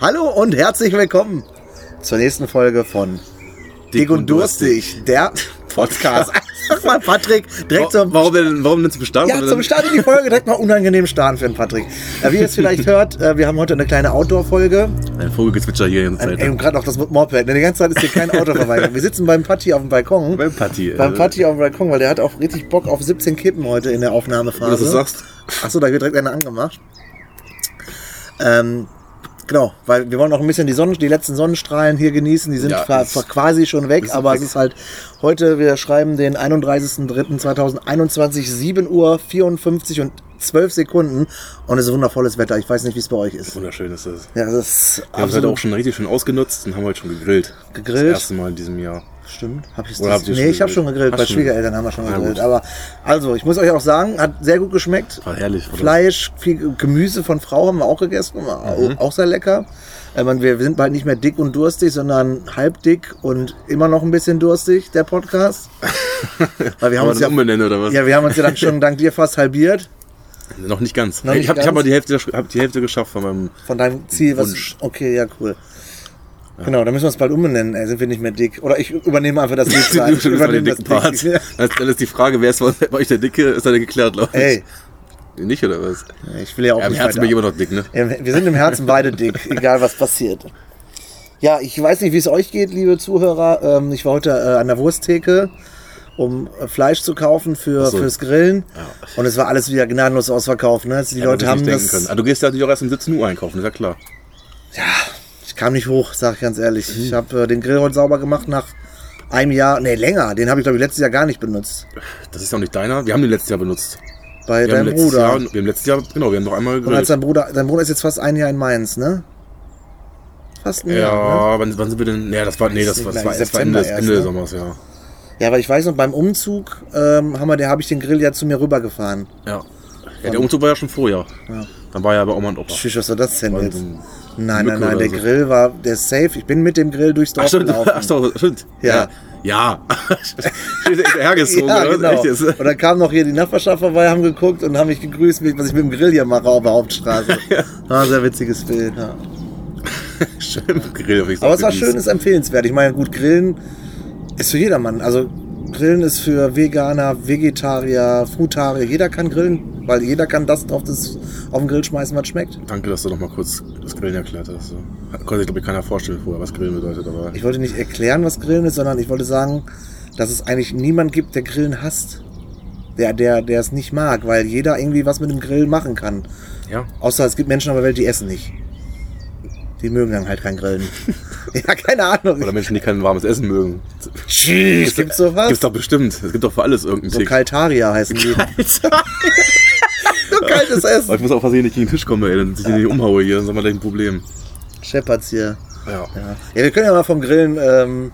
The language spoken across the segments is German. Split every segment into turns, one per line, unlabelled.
Hallo und herzlich willkommen zur nächsten Folge von Dick, und, Durstig, der Podcast. Sag mal, Patrick, direkt zum,
warum, denn, warum denn zum Start?
ja, zum Start in die Folge, direkt mal unangenehm starten für den Patrick. Äh, Wie ihr es vielleicht hört, äh, wir haben heute eine kleine Outdoor-Folge. Ähm,
Ein Vogelgezwitscher hier in
Ey,
Zeit.
und gerade auch das Moped. ne? Die ganze Zeit ist hier kein Auto vorbeigekommen. Wir sitzen beim Patti auf dem Balkon.
Beim Patti, äh.
Beim Patti auf dem Balkon, weil der hat auch richtig Bock auf 17 Kippen heute in der Aufnahmephase.
Dass du sagst.
Achso, da wird direkt eine angemacht. Ähm, genau, weil wir wollen noch ein bisschen die, Sonne, die letzten Sonnenstrahlen hier genießen. Die sind
Ja,
zwar,
ist-
zwar quasi schon weg,
ist
aber
weg.
es ist halt heute, wir schreiben den 31.03.2021, 7 Uhr 54 und 12 Sekunden. Und es ist wundervolles Wetter. Ich weiß nicht, wie es bei euch ist.
Wunderschön ist das.
Ja, es ist
Wir haben es heute auch
absolut
schon richtig schön ausgenutzt und haben heute schon gegrillt.
Gegrillt?
Das erste Mal in diesem Jahr.
Stimmt. Hab ich's
Oder
das,
habt ihr
nee,
schon
ich habe schon
gegrillt?
gegrillt.
Hast
Bei
schon
Schwiegereltern haben wir schon
Na
gegrillt.
gut.
Aber also, ich muss euch auch sagen, hat sehr gut geschmeckt.
War herrlich, oder?
Fleisch, viel Gemüse von Frau haben wir auch gegessen. War
Mhm.
Auch sehr lecker. Äh, man, wir sind bald nicht mehr dick und durstig, sondern halb dick und immer noch ein bisschen durstig, der Podcast. Weil wir haben
Kann man
uns
das
ja,
umbenennen oder was?
ja, wir haben uns ja dann schon dank dir fast halbiert.
Noch nicht ganz.
Noch
ich
nicht
habe
ganz?
hab mal die Hälfte, hab die Hälfte geschafft von meinem.
Von deinem Ziel, was.
Wunsch.
Okay, ja, cool. Genau, dann müssen wir uns bald umbenennen. Ey, sind wir nicht mehr dick? Oder ich übernehme einfach das Dick.
Du
Ich
schon über den
übernehme das
dicken Part.
Dick.
Dann ist- Dann ist die Frage, wer ist bei bei euch der Dicke? Ist dann geklärt, glaube ich.
Ey,
Nicht, oder was?
ich will ja auch
Ja, im
nicht
Herzen bin
weiter-
ich immer noch dick, ne?
Ja, Wir sind im Herzen beide dick, egal was passiert. Ja, ich weiß nicht, wie es euch geht, liebe Zuhörer. Ähm, ich war heute äh, an der Wursttheke, um äh, Fleisch zu kaufen für,
Ach so.
fürs Grillen. Und es war alles wieder gnadenlos ausverkauft. Ne? Die Leute
Hätte ich
haben
nicht denken
das.
können. Aber du gehst ja natürlich auch erst um 17 Uhr einkaufen, ist ja klar.
Ich kam nicht hoch, sag ich ganz ehrlich.
Mhm.
Ich habe äh, den Grill heute sauber gemacht nach einem Jahr. Nee, länger. Den habe ich, glaube ich, letztes Jahr gar nicht benutzt.
Das ist ja auch nicht deiner. Wir haben den letztes Jahr benutzt.
Bei
Wir
deinem
haben letztes
Bruder.
Jahr, wir haben letztes Jahr, genau, wir haben noch einmal
Und als
gegrillt.
dein Bruder, dein Bruder ist jetzt fast ein Jahr in Mainz, ne? Fast ein Jahr. Ne?
Ja, wann, wann sind wir denn? Ja, das war, nee, das,
Ist
war,
nicht
das war,
gleich
das war Ende,
September
Ende
erst,
des Sommers, ja.
Ja, aber ich weiß noch, beim Umzug ähm, haben wir, der habe ich den Grill ja zu mir rübergefahren.
Ja. ja der Umzug war ja schon vorher. Dann war ja bei Oma und Opa.
Tschüss, was war das denn
War
jetzt?
so ein
Nein,
Mücke
nein, nein,
oder
der
so.
Grill war, der ist safe. Ich bin mit dem Grill durchs Dorf
Ach stimmt,
gelaufen.
ach stimmt, stimmt.
Ja.
Ja. Stimmt, der ist hergezogen,
Ja,
oder?
genau.
Echt jetzt?
Und dann kam noch hier die Nachbarschaft vorbei, haben geguckt und haben mich gegrüßt, mit- was ich mit dem Grill hier mache auf der Hauptstraße. War ein sehr witziges Bild. Ja.
Schön im Grill, hab ich
Aber es war
genießt.
schön, ist empfehlenswert. Ich meine, gut, Grillen ist für jedermann. Also Grillen ist für Veganer, Vegetarier, Frutarier. Jeder kann grillen, weil jeder kann das auf, das, auf den Grill schmeißen, was schmeckt.
Danke, dass du noch mal kurz das Grillen erklärt hast. So. Konnte sich, glaube ich, keiner vorstellen vorher, was Grillen bedeutet. Aber
Ich wollte nicht erklären, was Grillen ist, sondern ich wollte sagen, dass es eigentlich niemand gibt, der Grillen hasst. Der, der, der es nicht mag, weil jeder irgendwie was mit dem Grill machen kann.
ja,
Außer es gibt Menschen auf der Welt, die essen nicht. Die mögen dann halt kein Grillen. ja, keine Ahnung.
oder Menschen, die kein warmes Essen mögen.
Tschüss, gibt's sowas?
Gibt's doch bestimmt. Es gibt doch für alles irgendeinen
So
Tick.
Kaltaria heißen die. so kaltes
Aber
Essen.
ich muss auch versehen, nicht gegen den Tisch komme, ey. Dann dass ich nicht umhaue hier, dann haben wir gleich ein Problem.
Shepherds hier.
Ja.
Ja. ja, wir können ja mal vom Grillen ähm,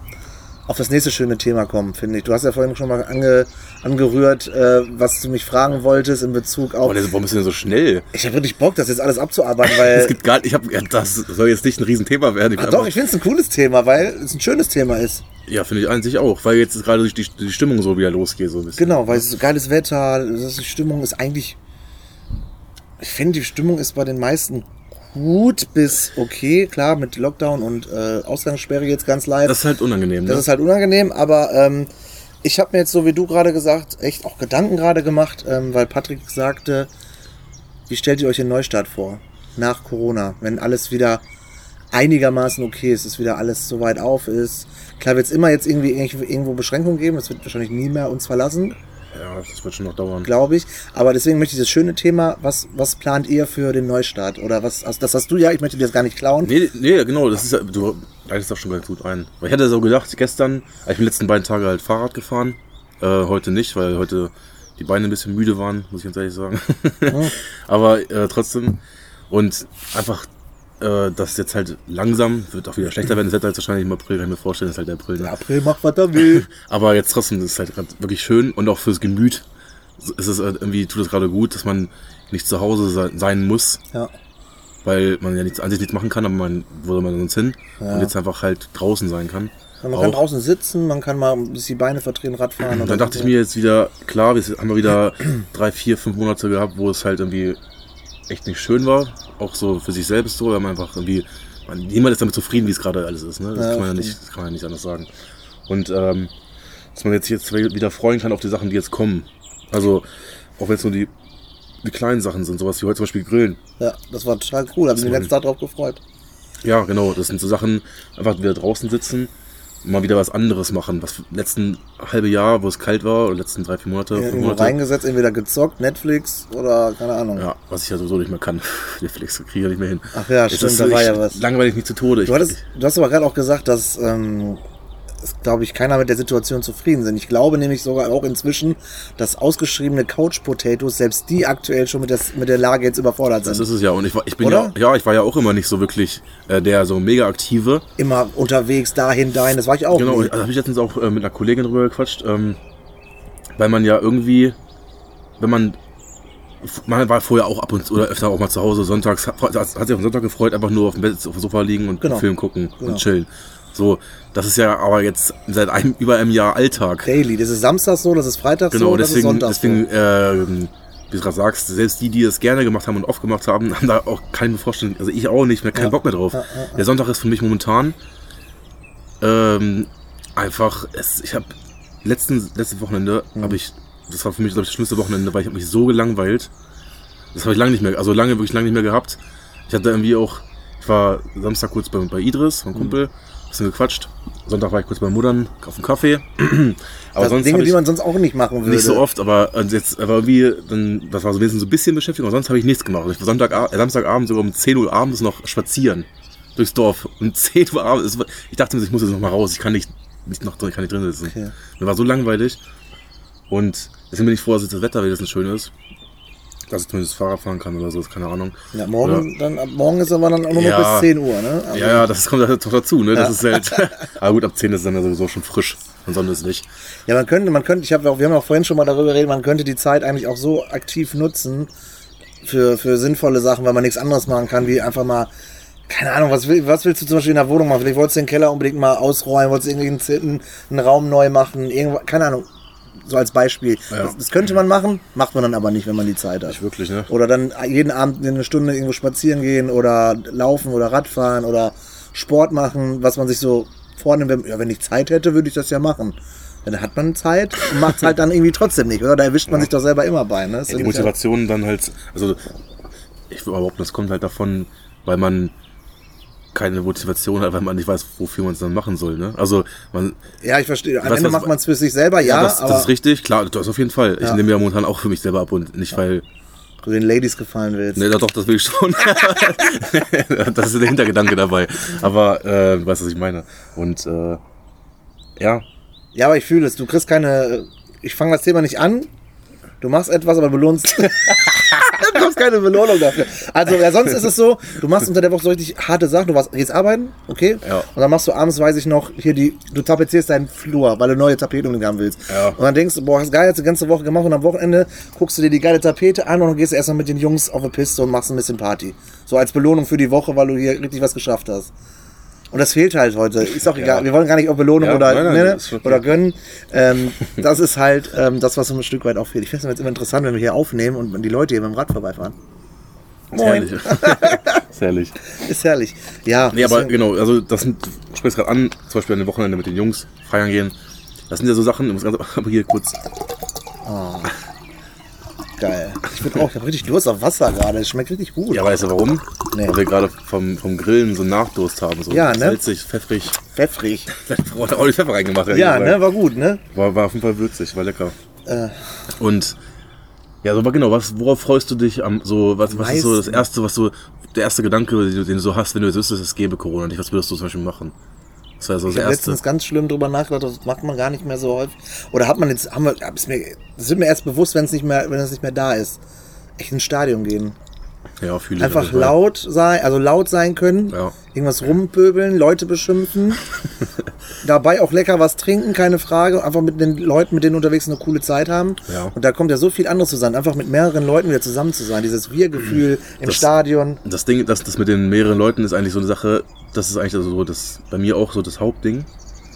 auf das nächste schöne Thema kommen, finde ich. Du hast ja vorhin schon mal ange, angerührt, äh, was du mich fragen wolltest in Bezug auf.
Aber das- warum bist du denn so schnell?
Ich habe richtig Bock, das jetzt alles abzuarbeiten,
Es
weil.
gibt gar ich habe ja, das soll jetzt nicht ein Riesenthema werden. Ich
Ach
bin
Ah, doch,
einfach-
ich finde es ein cooles Thema, weil es ein schönes Thema ist.
ja, finde ich an sich auch, weil jetzt ist gerade durch die, die Stimmung so wieder losgeht so ein bisschen.
Genau, weil es ist geiles Wetter, das ist, die Stimmung ist eigentlich. Ich finde, die Stimmung ist bei den meisten gut bis okay. Klar, mit Lockdown und äh, Ausgangssperre jetzt ganz live.
Das ist halt unangenehm, ne?
Das ist halt unangenehm, aber ähm, ich habe mir jetzt so wie du gerade gesagt, echt auch Gedanken gerade gemacht, ähm, weil Patrick sagte, wie stellt ihr euch den Neustart vor nach Corona, wenn alles wieder einigermaßen okay ist, es wieder alles so weit auf ist. Klar wird es immer jetzt irgendwie irgendw- irgendwo Beschränkungen geben, es wird wahrscheinlich nie mehr uns verlassen,
ja, das wird schon noch dauern.
glaube ich. Aber deswegen möchte ich das schöne Thema, was, was plant ihr für den Neustart? Oder was, also das hast du ja, ich möchte dir das gar nicht klauen.
Nee, nee, genau, das ist ja- du leitest doch schon ganz gut ein. Weil ich hatte so gedacht, gestern, also ich bin die letzten beiden Tage halt Fahrrad gefahren, äh, heute nicht, weil heute die Beine ein bisschen müde waren, muss ich ganz ehrlich sagen. Aber äh, trotzdem und einfach äh, das jetzt halt langsam wird auch wieder schlechter werden. Das Wetter jetzt wahrscheinlich im April, kann ich mir vorstellen, ist halt der April. Ne?
April macht, was er will.
Aber jetzt trotzdem ist es halt grad wirklich schön und auch fürs Gemüt ist es halt irgendwie tut es gerade gut, dass man nicht zu Hause se- sein muss,
Ja.
weil man ja nichts an sich nichts machen kann, aber man wo soll man sonst hin und jetzt einfach halt draußen sein kann.
Ja, Man
Auch.
kann draußen sitzen, man kann mal ein bisschen die Beine verdrehen, Radfahren.
Und dann dachte ich mir jetzt wieder, klar, wir haben wir wieder drei, vier, fünf Monate gehabt, wo es halt irgendwie echt nicht schön war, auch so für sich selbst so, weil man einfach irgendwie man, niemand ist damit zufrieden, wie es gerade alles ist. Ne? Das,
Ja,
kann man ja
stimmt.
nicht, das kann man ja nicht anders sagen. Und ähm, dass man jetzt, jetzt wieder freuen kann auf die Sachen, die jetzt kommen. Also, auch wenn es nur die, die kleinen Sachen sind, sowas wie heute zum Beispiel Grillen.
Ja, das war total cool. Habe ich mich den ganzen Tag drauf gefreut.
Ja, genau. Das sind so Sachen, einfach wieder draußen sitzen, mal wieder was anderes machen. Was letzten halbe Jahr, wo es kalt war, oder letzten drei, vier Monate, fünf
Irgendwo
Monate.
reingesetzt, entweder gezockt, Netflix oder keine Ahnung.
Ja, was ich ja sowieso nicht mehr kann. Netflix kriege ich ja nicht mehr hin.
Ach ja,
Es
stimmt,
ist
da
so,
war
ich
ja was.
Langweilig mich zu Tode. Ich,
Du, hattest, du hast aber gerade auch gesagt, dass, ähm, es, glaube ich, keiner mit der Situation zufrieden sind. Ich glaube nämlich sogar auch inzwischen, dass ausgeschriebene Couch Potatoes, selbst die aktuell schon mit, des, mit der Lage jetzt überfordert
das
sind.
ist es ja. Und ich, war- ich bin
Oder?
ja, ja, ich war ja auch immer nicht so wirklich äh, der so mega aktive.
Immer unterwegs, dahin, dahin, das war ich auch.
Genau,
nie.
also habe ich letztens auch äh, mit einer Kollegin drüber gequatscht, ähm, weil man ja irgendwie, wenn man, man war vorher auch ab und zu oder öfter auch mal zu Hause sonntags, hat, hat sich auf den Sonntag gefreut, einfach nur auf dem Bett, auf dem Sofa liegen und
Genau.
einen Film gucken
Genau.
und chillen. So, das ist ja aber jetzt seit einem, über einem Jahr Alltag.
Daily, das ist Samstag so, das ist Freitag
Genau,
so, das ist
deswegen,
Sonntag
deswegen ähm, wie du gerade sagst, selbst die, die es gerne gemacht haben und oft gemacht haben, haben da auch keine Vorstellung, also ich auch nicht, mehr keinen Bock mehr drauf.
Ja, ja,
Der Sonntag ist für mich momentan ähm, einfach, es, ich habe letzten letztes Wochenende
Mhm.
habe ich, das war für mich glaube ich das schlimmste Wochenende, weil ich habe mich so gelangweilt. Das habe ich lange nicht mehr, also lange wirklich lange nicht mehr gehabt. Ich hatte irgendwie auch, ich war Samstag kurz bei, bei Idris,
Mhm.
meinem Kumpel, bisschen gequatscht. Sonntag war ich kurz bei Muttern auf dem Kaffee. Aber
so. Das
sonst
Also Dinge,
hab ich,
die man sonst auch nicht machen würde.
nicht so oft, aber also jetzt aber wie dann das war so wenigstens so ein bisschen beschäftigt, aber sonst habe ich nichts gemacht. Ich war Sonntag, äh, Samstagabend sogar um 10 Uhr abends noch spazieren durchs Dorf. Um 10 Uhr abends. es war- Ich dachte mir, ich muss jetzt noch mal raus. Ich kann nicht, nicht noch drin, ich kann nicht drin sitzen.
Okay.
Mir war so langweilig und deswegen bin ich froh, dass das Wetter wenigstens schön ist, dass ich zumindest Fahrrad fahren kann oder so. Keine Ahnung.
Ja, morgen, Dann, ab morgen ist aber dann auch nur noch
Ja.
bis 10 Uhr, ne? Also,
Ja, ja, das kommt halt doch dazu, ne? Das ist halt. aber gut, ab 10 ist es dann ja sowieso schon frisch und Sonne ist nicht.
Ja, man könnte, man könnte, ich habe auch, wir haben auch vorhin schon mal darüber geredet, man könnte die Zeit eigentlich auch so aktiv nutzen für, für sinnvolle Sachen, weil man nichts anderes machen kann, wie einfach mal, keine Ahnung, was, will, was willst du zum Beispiel in der Wohnung machen? Vielleicht wolltest du den Keller unbedingt mal ausräumen, wolltest irgendwie einen, Zitten- einen Raum neu machen, irgendwas, keine Ahnung, so als Beispiel. Das, das könnte man machen, macht man dann aber nicht, wenn man die Zeit hat.
Nicht wirklich, ne?
Oder dann jeden Abend eine Stunde irgendwo spazieren gehen oder laufen oder Radfahren oder Sport machen, was man sich so vornimmt. Wenn, ja, wenn ich Zeit hätte, würde ich das ja machen. Ja, Dann hat man Zeit und macht es halt dann irgendwie trotzdem nicht, oder? Da erwischt man sich doch selber immer bei, ne? Ist
Ja, die
doch nicht-
Motivation dann halt, also ich würde behaupten, das kommt halt davon, weil man keine Motivation hat, weil man nicht weiß, wofür man es dann machen soll. Ne? Also man,
ja, ich verstehe. Am
Was-
Ende
was-
macht man es für sich selber, ja,
das,
aber
das ist richtig, klar, das auf jeden Fall. Ich
Ja.
nehme ja momentan auch für mich selber ab und nicht, weil,
du den Ladies gefallen willst.
ne, doch, doch, das will ich schon. das ist der Hintergedanke dabei. Aber äh, du weißt, was ich meine. Und äh, ja,
Ja, aber ich fühle es. Du kriegst keine. Ich fange das Thema nicht an. Du machst etwas, aber belohnst. du bekommst keine Belohnung dafür. Also, ja, sonst ist es so, du machst unter der Woche so richtig harte Sachen. Du warst, gehst arbeiten, okay?
Ja.
Und dann machst du abends, weiß ich noch, hier die. Du tapezierst deinen Flur, weil du neue Tapeten unbedingt haben willst.
Ja.
Und dann denkst du, boah, hast geil, hast die ganze Woche gemacht. Und am Wochenende guckst du dir die geile Tapete an und dann gehst du erstmal mit den Jungs auf eine Piste und machst ein bisschen Party. So als Belohnung für die Woche, weil du hier richtig was geschafft hast. Und das fehlt halt heute. Ist auch egal. Wir wollen gar nicht auf Belohnung
Ja,
oder,
nein, nein,
ne,
ist wirklich-
oder gönnen. Ähm, das ist halt ähm, das, was so ein Stück weit auch fehlt. Ich finde es jetzt immer interessant, wenn wir hier aufnehmen und die Leute hier mit dem Rad vorbeifahren.
ist herrlich. ist herrlich.
Ist herrlich. Ja,
Nee, aber
deswegen-
genau, also das sind, du sprichst gerade an, zum Beispiel an den Wochenende mit den Jungs feiern gehen. Das sind ja so Sachen, ich muss ganz aber hier kurz.
geil. Ich bin auch, ich habe richtig Durst auf Wasser gerade. Es schmeckt richtig gut.
Ja, weißt du warum?
Nee.
Weil wir gerade vom, vom Grillen so einen Nachdurst haben. So
Ja, ne?
Salzig, pfeffrig.
Pfeffrig.
Boah, da hat auch nicht Pfeffer reingemacht. ehrlich
Ja,
gesagt.
ne, war gut, ne? Äh.
War, war auf jeden Fall würzig, war lecker. Und ja, so war genau, was, worauf freust du dich am so, was, was ist so das
meisten.
erste, was so, der erste Gedanke, den du, den du so hast, wenn du jetzt wüsstest, es gäbe Corona nicht, was würdest du zum Beispiel machen? Das war so das
Ich habe
erste.
letztens ganz schlimm drüber nachgedacht, das macht man gar nicht mehr so häufig. Oder hat man jetzt, haben wir, hab es mir, das wird mir erst bewusst, wenn es nicht mehr, wenn es nicht mehr da ist. Echt ins Stadion gehen.
Ja, fühle ich auf
Einfach
jeden Fall.
laut sein, also laut sein können,
Ja.
irgendwas rumpöbeln, Leute beschimpfen, dabei auch lecker was trinken, keine Frage, einfach mit den Leuten, mit denen unterwegs eine coole Zeit haben.
Ja.
Und da kommt ja so viel anderes zusammen, einfach mit mehreren Leuten wieder zusammen zu sein, dieses Wir-Gefühl im
Mm. Das-
Stadion.
Das Ding, das, das mit den mehreren Leuten ist eigentlich so eine Sache, das ist eigentlich also so das, bei mir auch so das Hauptding.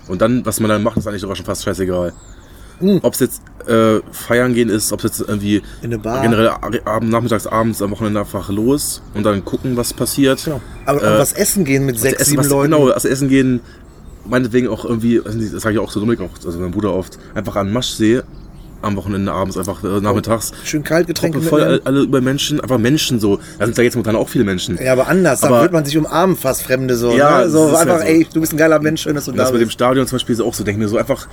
Und dann, was man dann macht, ist eigentlich sogar schon fast scheißegal. Ob es jetzt, äh, feiern gehen ist, ob es jetzt irgendwie
Hm. In eine Bar.
generell ab- abend, nachmittags, abends, am Wochenende einfach los und dann gucken, was passiert.
Genau. Aber aber
Äh,
was essen gehen mit sechs,
essen,
sieben
was,
Leuten.
Genau, das Essen gehen, meinetwegen auch irgendwie, weiß nicht, das sage ich auch zu Dominik, auch, also mein Bruder oft, einfach an Maschsee am Wochenende abends, einfach äh, nachmittags.
Schön Kaltgetränke
Truppe voll, äh,
mitnehmen.
alle, alle über Menschen, einfach Menschen so. Da sind da jetzt momentan auch viele Menschen.
Ja, aber anders. da
Aber-
wird man sich umarmen, fast Fremde so.
Ja,
ne? so
das ist
einfach,
ja so.
ey, du bist ein geiler Mensch, schön, dass du
Und
da
das mit dem
bist.
Stadion zum Beispiel ist auch so, denke ich mir so einfach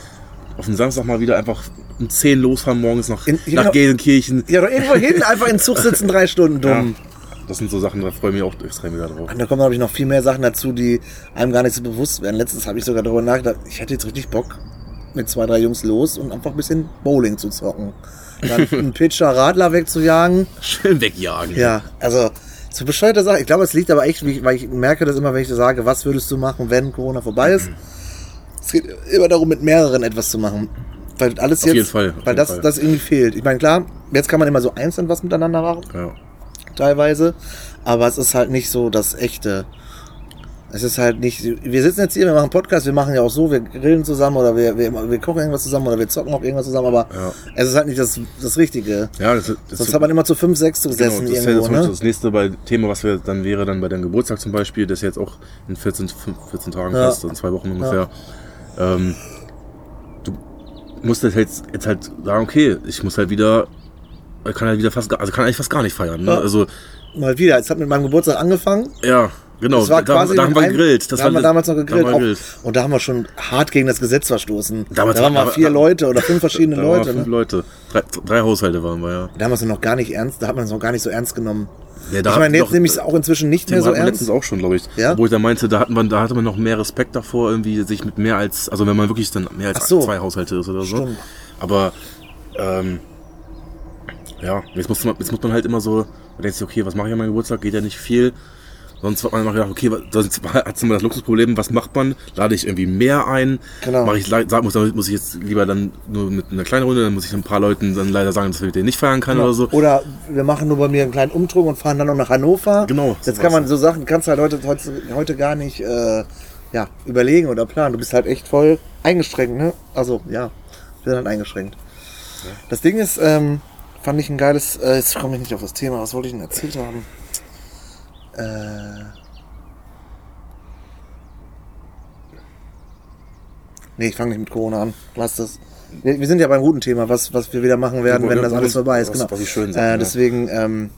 auf den Samstag mal wieder einfach um 10 losfahren morgens nach,
In- genau.
nach Gelsenkirchen.
Ja, doch irgendwo hin, einfach in den Zug sitzen, drei Stunden dumm.
Das sind so Sachen, da freue ich mich auch extrem wieder drauf.
Und da kommen, glaube ich, noch viel mehr Sachen dazu, die einem gar nicht so bewusst werden. Letztens habe ich sogar darüber nachgedacht, ich hätte jetzt richtig Bock, mit zwei, drei Jungs los und einfach ein bisschen Bowling zu zocken. Dann einen Pitcher Radler wegzujagen.
Schön wegjagen.
Ja, also zu bescheuerte Sache. Ich glaube, es liegt aber echt, wie ich- weil ich merke das immer, wenn ich so sage, was würdest du machen, wenn Corona vorbei
Mhm.
ist. Es geht immer darum, mit mehreren etwas zu machen. Weil alles
Auf
jetzt,
jeden Fall, auf
weil
jeden
das,
Fall.
das irgendwie fehlt. Ich meine, klar, jetzt kann man immer so einzeln was miteinander machen,
Ja.
teilweise, aber es ist halt nicht so das echte. Es ist halt nicht, wir sitzen jetzt hier, wir machen Podcast, wir machen ja auch so, wir grillen zusammen oder wir, wir, wir kochen irgendwas zusammen oder wir zocken auch irgendwas zusammen, aber
Ja.
es ist halt nicht das, das Richtige.
Ja, das, das
Sonst hat man immer zu fünf, sechs
genau,
gesessen
das, wäre
irgendwo,
jetzt
ne?
das nächste bei, Thema, was wir dann wäre, dann bei deinem Geburtstag zum Beispiel, das ist jetzt auch in 14, 14 Tagen
Ja.
fast, in zwei Wochen ungefähr. Ähm, du musst das jetzt, jetzt halt sagen, okay, ich muss halt wieder, kann halt wieder fast, gar- also kann eigentlich fast gar nicht feiern. Ne?
Ja.
Also
Mal wieder. Es hat mit meinem Geburtstag angefangen.
Ja, genau.
Es war
da,
quasi
da
mit
haben wir
einem-
gegrillt.
da haben wir damals noch gegrillt.
Da haben
auch,
wir gegrillt.
Und da haben wir schon hart gegen das Gesetz verstoßen.
Damals
da waren
war-
wir vier
da-
Leute oder fünf verschiedene
Da waren
Leute.
fünf
Ne?
Leute. Drei, drei Haushalte waren wir, ja.
Da haben wir es noch gar nicht ernst, da hat man es noch gar nicht so ernst genommen.
ja da
ich meine, jetzt
doch,
nehme ich es auch inzwischen nicht mehr
Thema
so
äh, hatten wir
ernst.
letztens auch schon, glaube ich.
Ja?
Wo ich da meinte, da, hatten wir, da hatte man noch mehr Respekt davor, irgendwie sich mit mehr als, also wenn man wirklich dann mehr
Ach
als
so.
zwei Haushalte ist oder so.
Stimmt.
Aber, ähm, ja, jetzt muss, man, jetzt muss man halt immer so, man denkt sich, okay, was mache ich an meinem Geburtstag? Geht ja nicht viel. Sonst hat man immer gedacht, okay, was- sonst hat man das Luxusproblem, was macht man? Lade ich irgendwie mehr ein?
Genau.
Mache ich, le- sag, muss, muss ich jetzt lieber dann nur mit einer kleinen Runde, dann muss ich ein paar Leuten dann leider sagen, dass ich mit denen nicht feiern
Genau.
kann oder so.
Oder wir machen nur bei mir einen kleinen Umtrunk und fahren dann noch nach Hannover.
Genau,
Jetzt
sowas.
kann man so Sachen, kannst du halt heute, heute, heute gar nicht äh, ja, überlegen oder planen. Du bist halt echt voll eingeschränkt, ne? Also ja, wir sind halt eingeschränkt. Das Ding ist, ähm, fand ich ein geiles, äh, jetzt komme ich nicht auf das Thema, was wollte ich denn erzählt haben? Äh, nee, ich fange nicht mit Corona an. Lass das. Wir, wir sind ja beim guten Thema, was, was wir wieder machen werden,
Wo-
wenn
wo-
das
wo-
alles vorbei ist.
ne? was-
Genau.
was die schönen Sachen,
äh,
ja.
deswegen, ähm,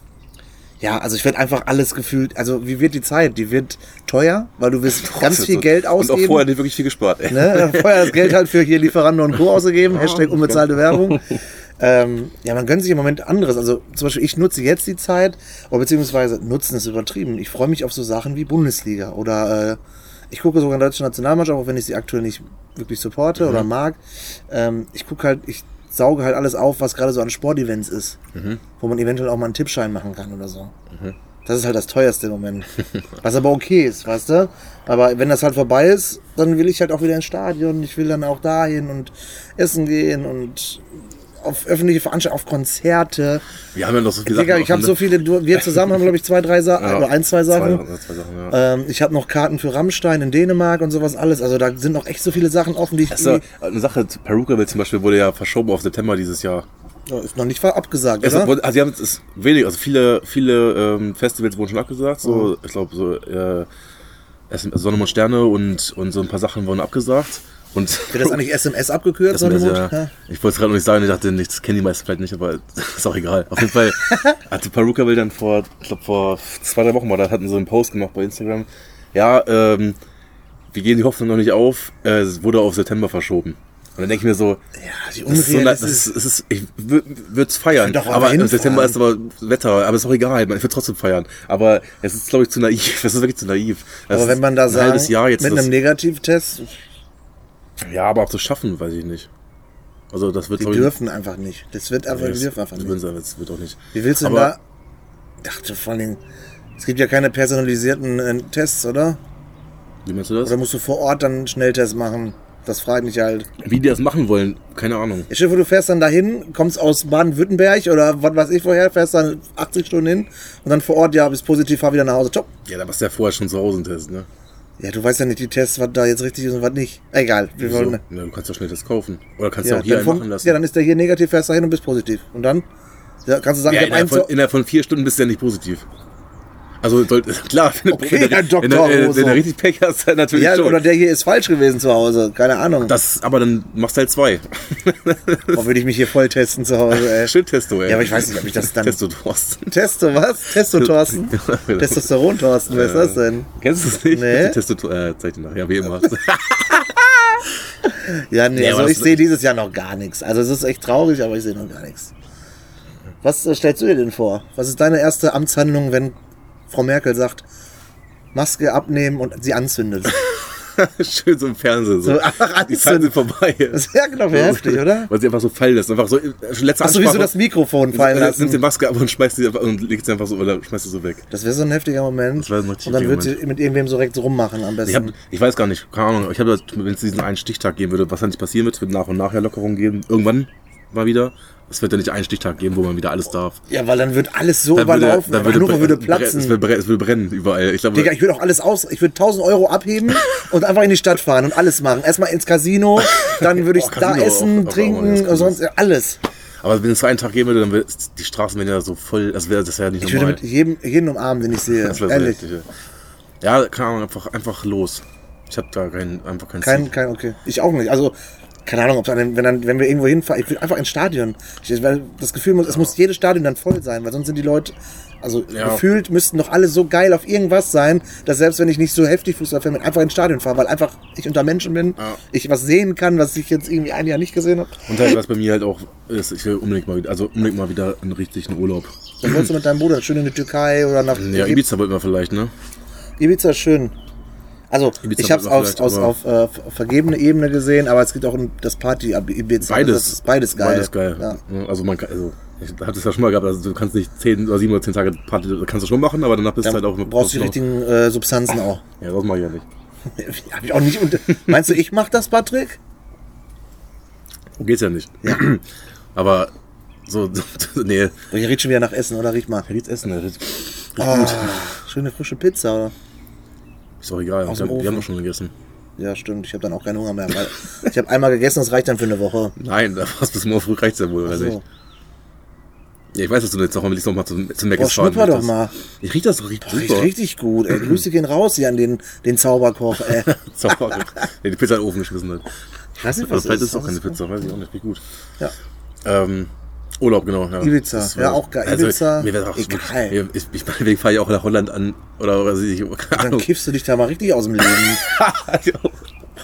ja, also ich werde einfach alles gefühlt, also wie wird die Zeit? Die wird teuer, weil du wirst ganz viel Geld ausgeben.
Und auch vorher nicht wirklich viel gespart, ey.
Ne? Vorher das Geld halt für hier Lieferando und Co. ausgegeben. Hashtag unbezahlte Werbung. Ähm, ja, man gönnt sich im Moment anderes. Also zum Beispiel, ich nutze jetzt die Zeit, oder beziehungsweise nutzen ist übertrieben. Ich freue mich auf so Sachen wie Bundesliga oder äh, ich gucke sogar deutsche Nationalmannschaft, auch wenn ich sie aktuell nicht wirklich supporte oder mag. Ähm, ich gucke halt, ich sauge halt alles auf, was gerade so an Sportevents ist, wo man eventuell auch mal einen Tippschein machen kann oder so. Das ist halt das teuerste im Moment. Was aber okay ist, weißt du? Aber wenn das halt vorbei ist, dann will ich halt auch wieder ins Stadion. Ich will dann auch dahin und essen gehen und auf öffentliche Veranstaltungen, auf Konzerte.
Wir haben ja noch so viele
Digga,
Sachen
ich habe
offen,
so
ne?
viele, du- wir zusammen haben, glaube ich, zwei, drei Sachen,
Ja.
oder ein, zwei Sachen.
Zwei, zwei Sachen ja.
Ähm, ich habe noch Karten für Rammstein in Dänemark und sowas alles. Also da sind noch echt so viele Sachen offen, die ich.
Achso, eine Sache, Peruka will zum Beispiel wurde ja verschoben auf September dieses Jahr.
irgendwie- oh, ist noch nicht ver- abgesagt,
Es,
oder?
wurde- also sie haben es ist wenig, also viele, viele ähm, Festivals wurden schon abgesagt. So,
Mhm.
ich glaube so äh, es- Sonne und Sterne und, und so ein paar Sachen wurden abgesagt. Und
Wird das eigentlich SMS abgekürzt?
Das ist
Sonnemund?
ja,
Ja.
Ich wollte es gerade noch nicht sagen, ich dachte, nicht, das kennen die meisten vielleicht nicht, aber ist auch egal. Auf jeden Fall hatte Paruka will dann vor, ich glaube vor zwei, drei Wochen mal, da hatten sie einen Post gemacht bei Instagram. Ja, ähm, wir gehen die Hoffnung noch nicht auf, äh, es wurde auf September verschoben. Und dann denke ich mir so,
Ja, die
das ist so,
Unreal,
das ist, das ist, ich würde es feiern.
Ich würd doch aber
aber im
hinfahren.
September ist aber Wetter, aber ist auch egal, man, ich würde trotzdem feiern. Aber es ist, glaube ich, zu naiv, es ist wirklich zu naiv. Das
aber wenn
ist
man da
ein
sagt,
halbes Jahr jetzt
mit
das-
einem Negativtest,
Ja, aber ob sie es schaffen, weiß ich nicht. Also das wird,
die
glaub ich,
dürfen einfach nicht. Das wird einfach, die dürfen einfach
das
nicht.
würden sie aber jetzt wird auch nicht.
Wie willst du denn da?
Aber-
Dachte vor allen Dingen, es gibt ja keine personalisierten äh, Tests, oder?
Wie meinst du das?
Oder musst du vor Ort dann einen Schnelltest machen? Das fragt mich halt.
Wie die das machen wollen, keine Ahnung.
Ich vor, du fährst dann dahin, kommst aus Baden-Württemberg oder was weiß ich vorher, fährst dann 80 Stunden hin und dann vor Ort, ja, bist positiv, fahr wieder nach Hause. Top.
Ja, da warst du ja vorher schon zu Hause einen Test, ne?
Ja, du weißt ja nicht, die Tests, was da jetzt richtig ist und was nicht. Egal, wir
Wieso?
wollen.
Na, du kannst doch schnell das kaufen. Oder kannst du
Ja,
auch hier
dann
einen
fun-
machen lassen.
ja, dann ist der hier negativ, fährst dahin und bist positiv. Und dann ja, kannst du sagen,
Ja,
ich hab
innerhalb,
einen
von,
Zo-
innerhalb von vier Stunden bist du ja nicht positiv. Also soll, klar, wenn, du-
Okay,
wenn, du-
Herr Dr.
wenn, du- wenn, du- wenn
Roso.
du richtig Pech hast, dann natürlich
ja,
schon.
oder der hier ist falsch gewesen zu Hause. Keine Ahnung.
das, aber dann machst du halt zwei.
Warum würde ich mich hier voll testen zu Hause, ey?
Schön Testo, ey.
Äh, Ja, aber ich weiß nicht, ob ich das dann-
Testo Thorsten.
Testo, was? Testo-Thorsten? Testosteron-Thorsten, wer ist das denn?
Kennst du es nicht?
Nee.
Testo äh, zeig dir nachher, wie immer.
Ja, nee,
Nee, aber
also
das-
ich sehe dieses Jahr noch gar nichts. Also es ist echt traurig, aber ich sehe noch gar nichts. Was äh, stellst du dir denn vor? Was ist deine erste Amtshandlung, wenn Frau Merkel sagt, Maske abnehmen und sie anzündet?
Schön so im Fernsehen. So.
So, ach,
Die Zeiten sind
anzünden.
vorbei.
Das ist ja genau wie heftig, oder?
Weil sie einfach so fallen lässt. Einfach so, äh, letzte
Hast du wie so
Ansprache.
das Mikrofon fallen
Äh, Nimmt die
lassen?
Maske ab und schmeißt sie einfach, und legt sie einfach so, oder schmeißt sie so weg.
Das wäre so ein heftiger Moment.
Das wäre so ein richtig
und dann
heftiger
wird sie mit irgendwem so direkt so rummachen am
Ich, hab,
besten.
ich weiß gar nicht, keine Ahnung. Ich habe, wenn es diesen einen Stichtag geben würde, was dann nicht passieren wird, es wird nach und nach ja Lockerungen geben. Irgendwann mal wieder. Es wird ja nicht einen Stichtag geben, wo man wieder alles darf.
Ja, weil dann wird alles so
Dann
überlaufen.
dann
Hannover würde
bre- Es würde,
platzen.
bre- es würde brennen überall. Ich glaube,
Digga, ich würde auch alles aus. Ich würde 1000 Euro abheben und einfach in die Stadt fahren und alles machen. Erstmal ins Casino, dann würde ich
Oh,
da
Casino
essen,
auch, auch mal ganz
trinken,
cool.
sonst alles.
aber wenn es so einen Tag geben würde, dann wäre es- die Straßen wären ja so voll. Das wäre das wär ja nicht
Ich würde
normal.
mit jedem, jeden umarmen, den ich sehe.
das wäre
Ehrlich.
so Ja, keine Ahnung, einfach, einfach los. Ich habe da kein, einfach kein,
Kein,
Ziel.
kein, okay. Ich auch nicht. Also, keine Ahnung, ob dann, wenn, dann, wenn wir irgendwo hinfahren, ich will einfach ins Stadion. Ich, weil das Gefühl muss, es muss jedes Stadion dann voll sein, weil sonst sind die Leute, also
Ja.
gefühlt müssten doch alle so geil auf irgendwas sein, dass selbst wenn ich nicht so heftig Fußballfan bin, einfach ins Stadion fahre, weil einfach ich unter Menschen bin,
Ja.
ich was sehen kann, was ich jetzt irgendwie ein Jahr nicht gesehen habe.
Und halt, was bei mir halt auch ist, ich will unbedingt mal, wieder- also unbedingt mal wieder einen richtigen Urlaub.
Dann würdest du mit deinem Bruder schön in die Türkei oder nach
Ja,
Ibiza.
Ibiza wollten wir vielleicht, ne?
Ibiza ist schön. Also,
Ibiza
ich habe es
wird man
auf,
vielleicht,
aus,
aber-
auf äh, vergebene Ebene gesehen, aber es gibt auch ein, das Party ab Ibiza.
Beides.
Das ist beides geil.
Beides geil.
Ja.
Also man kann, also ich hatte es ja schon mal gehabt, also du kannst nicht zehn oder sieben oder zehn Tage Party, das kannst du schon machen, aber danach bist
Dann
du halt auch
brauchst du die richtigen äh, Substanzen auch.
Ja, das mach ich ja nicht.
Hab ich auch nicht unter Meinst du, ich mach das, Patrick?
Und geht's ja nicht. aber so, nee.
Oh, Hier riecht schon wieder nach Essen, oder? Riech mal.
Jetzt essen, das ist
Ah, schöne frische Pizza, oder?
doch egal.
Aus
Wir
dem
haben, wir
Ofen.
haben doch schon gegessen.
Ja, stimmt. Ich habe dann auch keinen Hunger mehr. Weil ich habe einmal gegessen, das reicht dann für eine Woche.
Nein, da warst bis morgen früh reicht's ja wohl, oder
So.
nicht? Ja, ich weiß, dass du jetzt noch mal, noch mal zum,
Boah,
zum Meckes
schnupper doch mal.
Ich riech das doch richtig
Riecht
super.
richtig gut, ey. Grüße gehen raus hier an den, den Zauberkoch, ey.
Zauber. Der die Pizza in den Ofen geschmissen hat.
Ich weiß nicht,
Aber vielleicht ist es
das?
auch keine Pizza, weiß ich auch nicht. Wie gut.
Ja.
Ähm, Urlaub, genau. Ja.
Ibiza,
Das
ja, auch geil.
Also,
Ibiza,
mir wär's auch
egal.
Mir, ich, ich, meinetwegen fahre ich auch nach Holland an. Oder, oder ich, keine
Dann
Ahnung.
kiffst du dich da mal richtig aus dem Leben.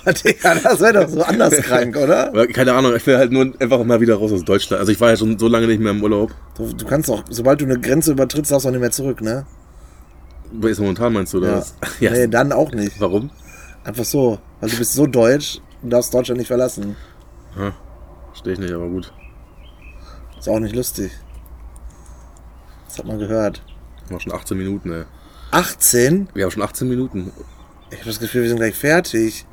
Ja,
Digga, das wäre doch so anders krank, oder?
keine Ahnung, ich will halt nur einfach mal wieder raus aus Deutschland. Also ich war ja schon so lange nicht mehr im Urlaub.
Du, du kannst doch, sobald du eine Grenze übertrittst, darfst du auch nicht mehr zurück, ne?
Ist momentan meinst du, oder
Ja.
was?
ja. Nee, dann auch nicht.
Warum?
Einfach so. Weil du bist so deutsch und darfst Deutschland nicht verlassen.
Verstehe ich nicht, aber gut.
Ist auch nicht lustig. Das hat man gehört.
Wir haben schon 18 Minuten, ey.
18?
Wir haben schon 18 Minuten.
Ich habe das Gefühl, wir sind gleich fertig.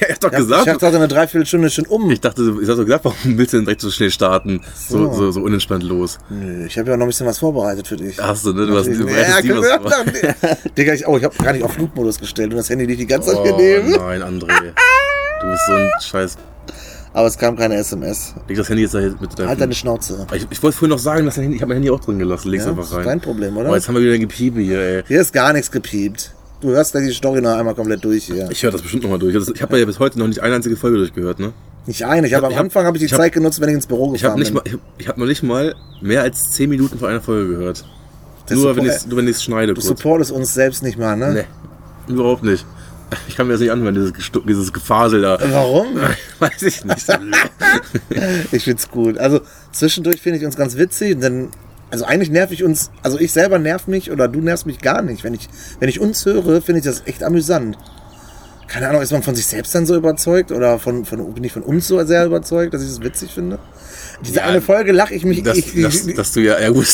Er hat doch
Ich hab-
gesagt.
ich hab gesagt, eine Dreiviertelstunde ist schon um.
Ich dachte, ich hab doch gesagt, warum willst du denn direkt so schnell starten? So,
So.
so, so unentspannt los.
Nö, ich habe ja auch noch ein bisschen was vorbereitet für dich.
Hast du, ne? Du hast du
ja,
bereitest nie was vor.
ja, Digga, ich, oh, ich habe gar nicht auf Flugmodus gestellt und das Handy liegt die ganze Zeit hier
Oh,
neben.
nein, André. Du bist so ein scheiß
Aber es kam keine SMS.
Leg das Handy jetzt da jetzt mit
Halt deine Schnauze.
ich, ich wollte vorhin noch sagen, dass dein Handy, ich habe mein Handy auch drin gelassen. Leg's
Ja,
einfach
das
rein.
ist dein Problem, oder?
Aber jetzt haben wir wieder ein Gepiebe hier, ey.
Hier ist gar nichts gepiept. Du hörst gleich die Story noch einmal komplett durch hier.
Ich höre das bestimmt nochmal durch. Das- Ich habe ja bis heute noch nicht eine einzige Folge durchgehört, ne?
nicht eine. Ich habe am
ich hab-
Anfang habe ich die
ich hab-
Zeit genutzt, wenn ich ins Büro
Ich habe
gefahren bin.
nicht mal, ich, hab- ich habe noch nicht mal mehr als 10 Minuten von einer Folge gehört.
Der
nur,
Support-
wenn ich's, nur wenn ich es schneide
Du
kurz.
supportest uns selbst nicht mal, ne?
Nee, überhaupt nicht. Ich kann mir das nicht anhören, dieses, Gestu- dieses Gefasel da.
Warum?
Weiß ich nicht.
Ich find's gut. Also zwischendurch finde ich uns ganz witzig, denn also eigentlich nerv ich uns, also ich selber nerv mich oder du nervst mich gar nicht. Wenn ich, wenn ich uns höre, finde ich das echt amüsant. Keine Ahnung, ist man von sich selbst dann so überzeugt oder von, von, bin ich von uns so sehr überzeugt, dass ich das witzig finde? Diese
Ja,
eine Folge lache ich mich.
Dass,
ich,
dass,
ich,
dass du ja, ja gut,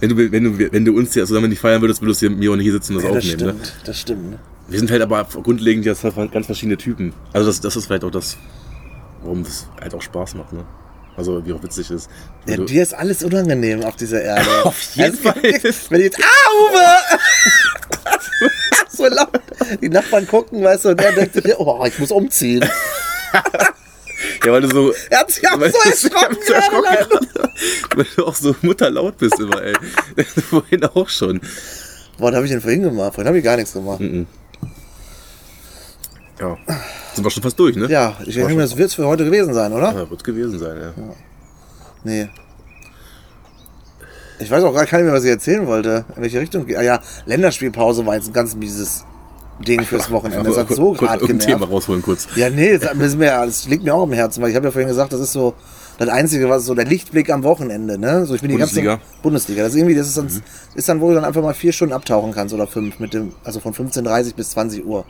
wenn du, wenn du, wenn du uns ja zusammen nicht feiern würdest, würdest du ja mit mir und hier sitzen und das
ja, das
aufnehmen, ne?
stimmt, das stimmt.
Wir sind halt aber grundlegend jetzt halt ganz verschiedene Typen. Also das, das ist vielleicht auch das, warum das halt auch Spaß macht, ne? Also wie auch witzig ist.
Ja,
Du-
dir ist alles unangenehm Also auf dieser Erde. also,
Auf jeden Fall.
Wenn ich jetzt, ah, Uwe! so laut. Die Nachbarn gucken, weißt du, und er denkt sich, oh, ich muss umziehen.
Ja, weil du so.
Er hat sich auch so
weil-
erschrocken.
so erschrocken
gerade.
weil du auch so mutterlaut bist immer, ey. Vorhin auch schon.
Wann habe ich denn vorhin gemacht? Vorhin habe ich gar nichts gemacht.
Ja. Sind wir schon fast durch, ne?
Ja, ich denke, das wird's für heute gewesen sein, oder?
Ja, wird gewesen sein, ja.
Nee. Ich weiß auch gar nicht mehr, was ich erzählen wollte. In welche Richtung geht. Ah ja, Länderspielpause war jetzt ein ganz mieses Ding fürs Wochenende. Das hat so
Kurz
gerade
irgendein Thema
genervt.
rausholen kurz.
Ja, nee, das, ist mir, ja- das liegt mir auch am Herzen, weil ich habe ja vorhin gesagt, das ist so das Einzige, was so der Lichtblick am Wochenende, ne? So, ich bin die
Bundesliga.
ganze Bundesliga. Das ist irgendwie, das ist, sonst, ist dann, wo du dann einfach mal vier Stunden abtauchen kannst oder fünf, mit dem, also von 15.30 bis 20 Uhr.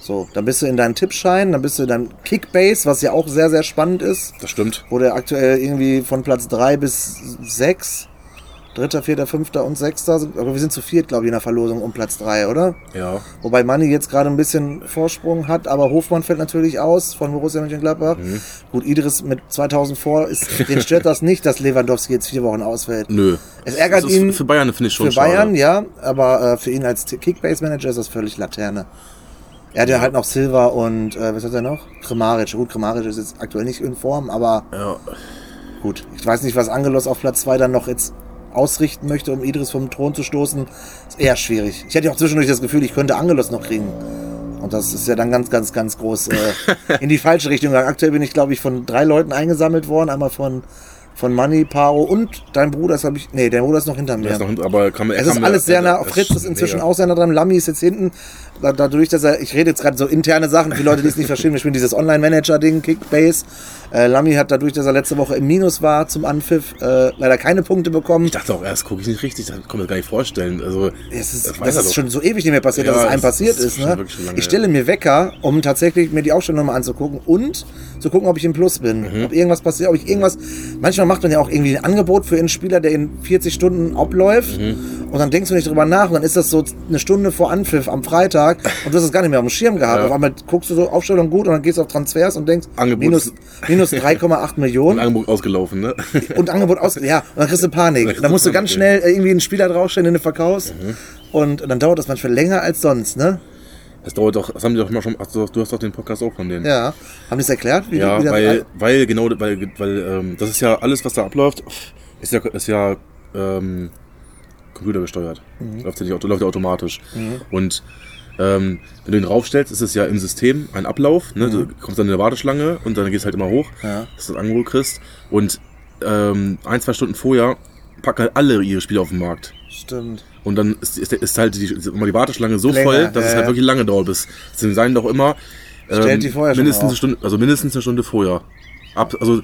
So, dann bist du in deinem Tippschein, dann bist du in deinem Kickbase, was ja auch sehr, sehr spannend ist
Das stimmt.
wo der aktuell irgendwie von Platz 3 bis 6, dritter, vierter, fünfter und sechster sind. Aber wir sind zu viert, glaube ich, in der Verlosung um Platz 3, oder?
Ja.
Wobei Manni jetzt gerade ein bisschen Vorsprung hat, aber Hofmann fällt natürlich aus von Borussia Mönchengladbach.
Mhm.
Gut, Idris mit 2000 vor, ist, den stört das nicht, dass Lewandowski jetzt vier Wochen ausfällt.
Nö.
Es ärgert
das ist
ihn-
Für Bayern finde ich schon
Für Bayern,
schade.
ja, aber äh, für ihn als Kickbase-Manager ist das völlig Laterne. Er hat ja halt noch Silva und, äh, was hat er noch? Kramaric. Gut, Kramaric ist jetzt aktuell nicht in Form, aber
Ja.
Gut, ich weiß nicht, was Angelos auf Platz 2 dann noch jetzt ausrichten möchte, um Idris vom Thron zu stoßen. Ist eher schwierig. Ich hatte auch zwischendurch das Gefühl, ich könnte Angelos noch kriegen. Und das ist ja dann ganz, ganz, ganz groß äh, in die falsche Richtung. gegangen. Aktuell bin ich, glaube ich, von drei Leuten eingesammelt worden. Einmal von, von Manny, Paro und dein Bruder ist, glaube ich, nee, dein Bruder ist noch hinter mir.
Er ist noch, hinten, aber kann, er
Es ist
kann-
alles sehr
er-
nah.
er-
Fritz ist inzwischen
mega.
auch sehr nah dran. Lami ist jetzt hinten. Da- Dadurch, dass er, ich rede jetzt gerade so interne Sachen, die Leute, die es nicht verstehen, wir spielen dieses Online-Manager-Ding, Kickbase. Äh, Lami hat dadurch, dass er letzte Woche im Minus war zum Anpfiff, äh, leider keine Punkte bekommen.
Ich dachte auch erst, gucke ich nicht richtig, das kann man gar nicht vorstellen. Also,
Es ist,
das
das,
weiß er
ist
doch.
schon so ewig nicht mehr passiert,
Ja,
dass es
das
einem
ist-
passiert
das ist
ist.
schon
ne?
wirklich schon lange
Ich stelle mir Wecker, um tatsächlich mir die Aufstellung nochmal anzugucken und zu gucken, ob ich im Plus bin.
Mhm.
Ob irgendwas passiert, ob ich irgendwas. Manchmal macht man ja auch irgendwie ein Angebot für einen Spieler, der in 40 Stunden abläuft.
Mhm.
Und dann denkst du nicht drüber nach. Und dann ist das so eine Stunde vor Anpfiff am Freitag. Und du hast es gar nicht mehr auf dem Schirm gehabt.
Ja.
Auf einmal guckst du so Aufstellung gut und dann gehst du auf Transfers und denkst,
Angebots-
minus, minus 3,8 Millionen
Ein Angebot ausgelaufen, ne?
und Angebot aus. Ja, und dann kriegst du Panik. Da musst du ganz schnell äh, irgendwie einen Spieler draufstellen, den du verkaufst.
Mhm.
Und dann dauert das manchmal länger als sonst, ne?
Das dauert doch, das haben die doch immer schon, ach, du du hast doch den Podcast auch von denen.
Ja. Haben die es erklärt? Wie,
Ja,
wie das-
weil, weil genau, weil, weil ähm, das ist ja alles, was da abläuft, ist ja, ist ja ähm, computergesteuert. Läuft, ja nicht, auto- läuft ja automatisch. Und ähm, wenn du ihn raufstellst, ist es ja im System ein Ablauf. Ne? Du kommst dann in eine Warteschlange und dann gehst halt immer hoch,
Ja.
dass du das Angebot kriegst. Und ähm, ein, zwei Stunden vorher packen halt alle ihre Spiele auf den Markt.
Stimmt.
Und dann ist, ist, ist halt die, ist immer die Warteschlange so
Länger,
voll, dass
ja,
es halt
ja.
wirklich lange dauert. Bis sie seien doch immer ähm,
Stellt die vorher schon
mindestens
auf.
eine Stunde, also mindestens eine Stunde vorher. Ab, also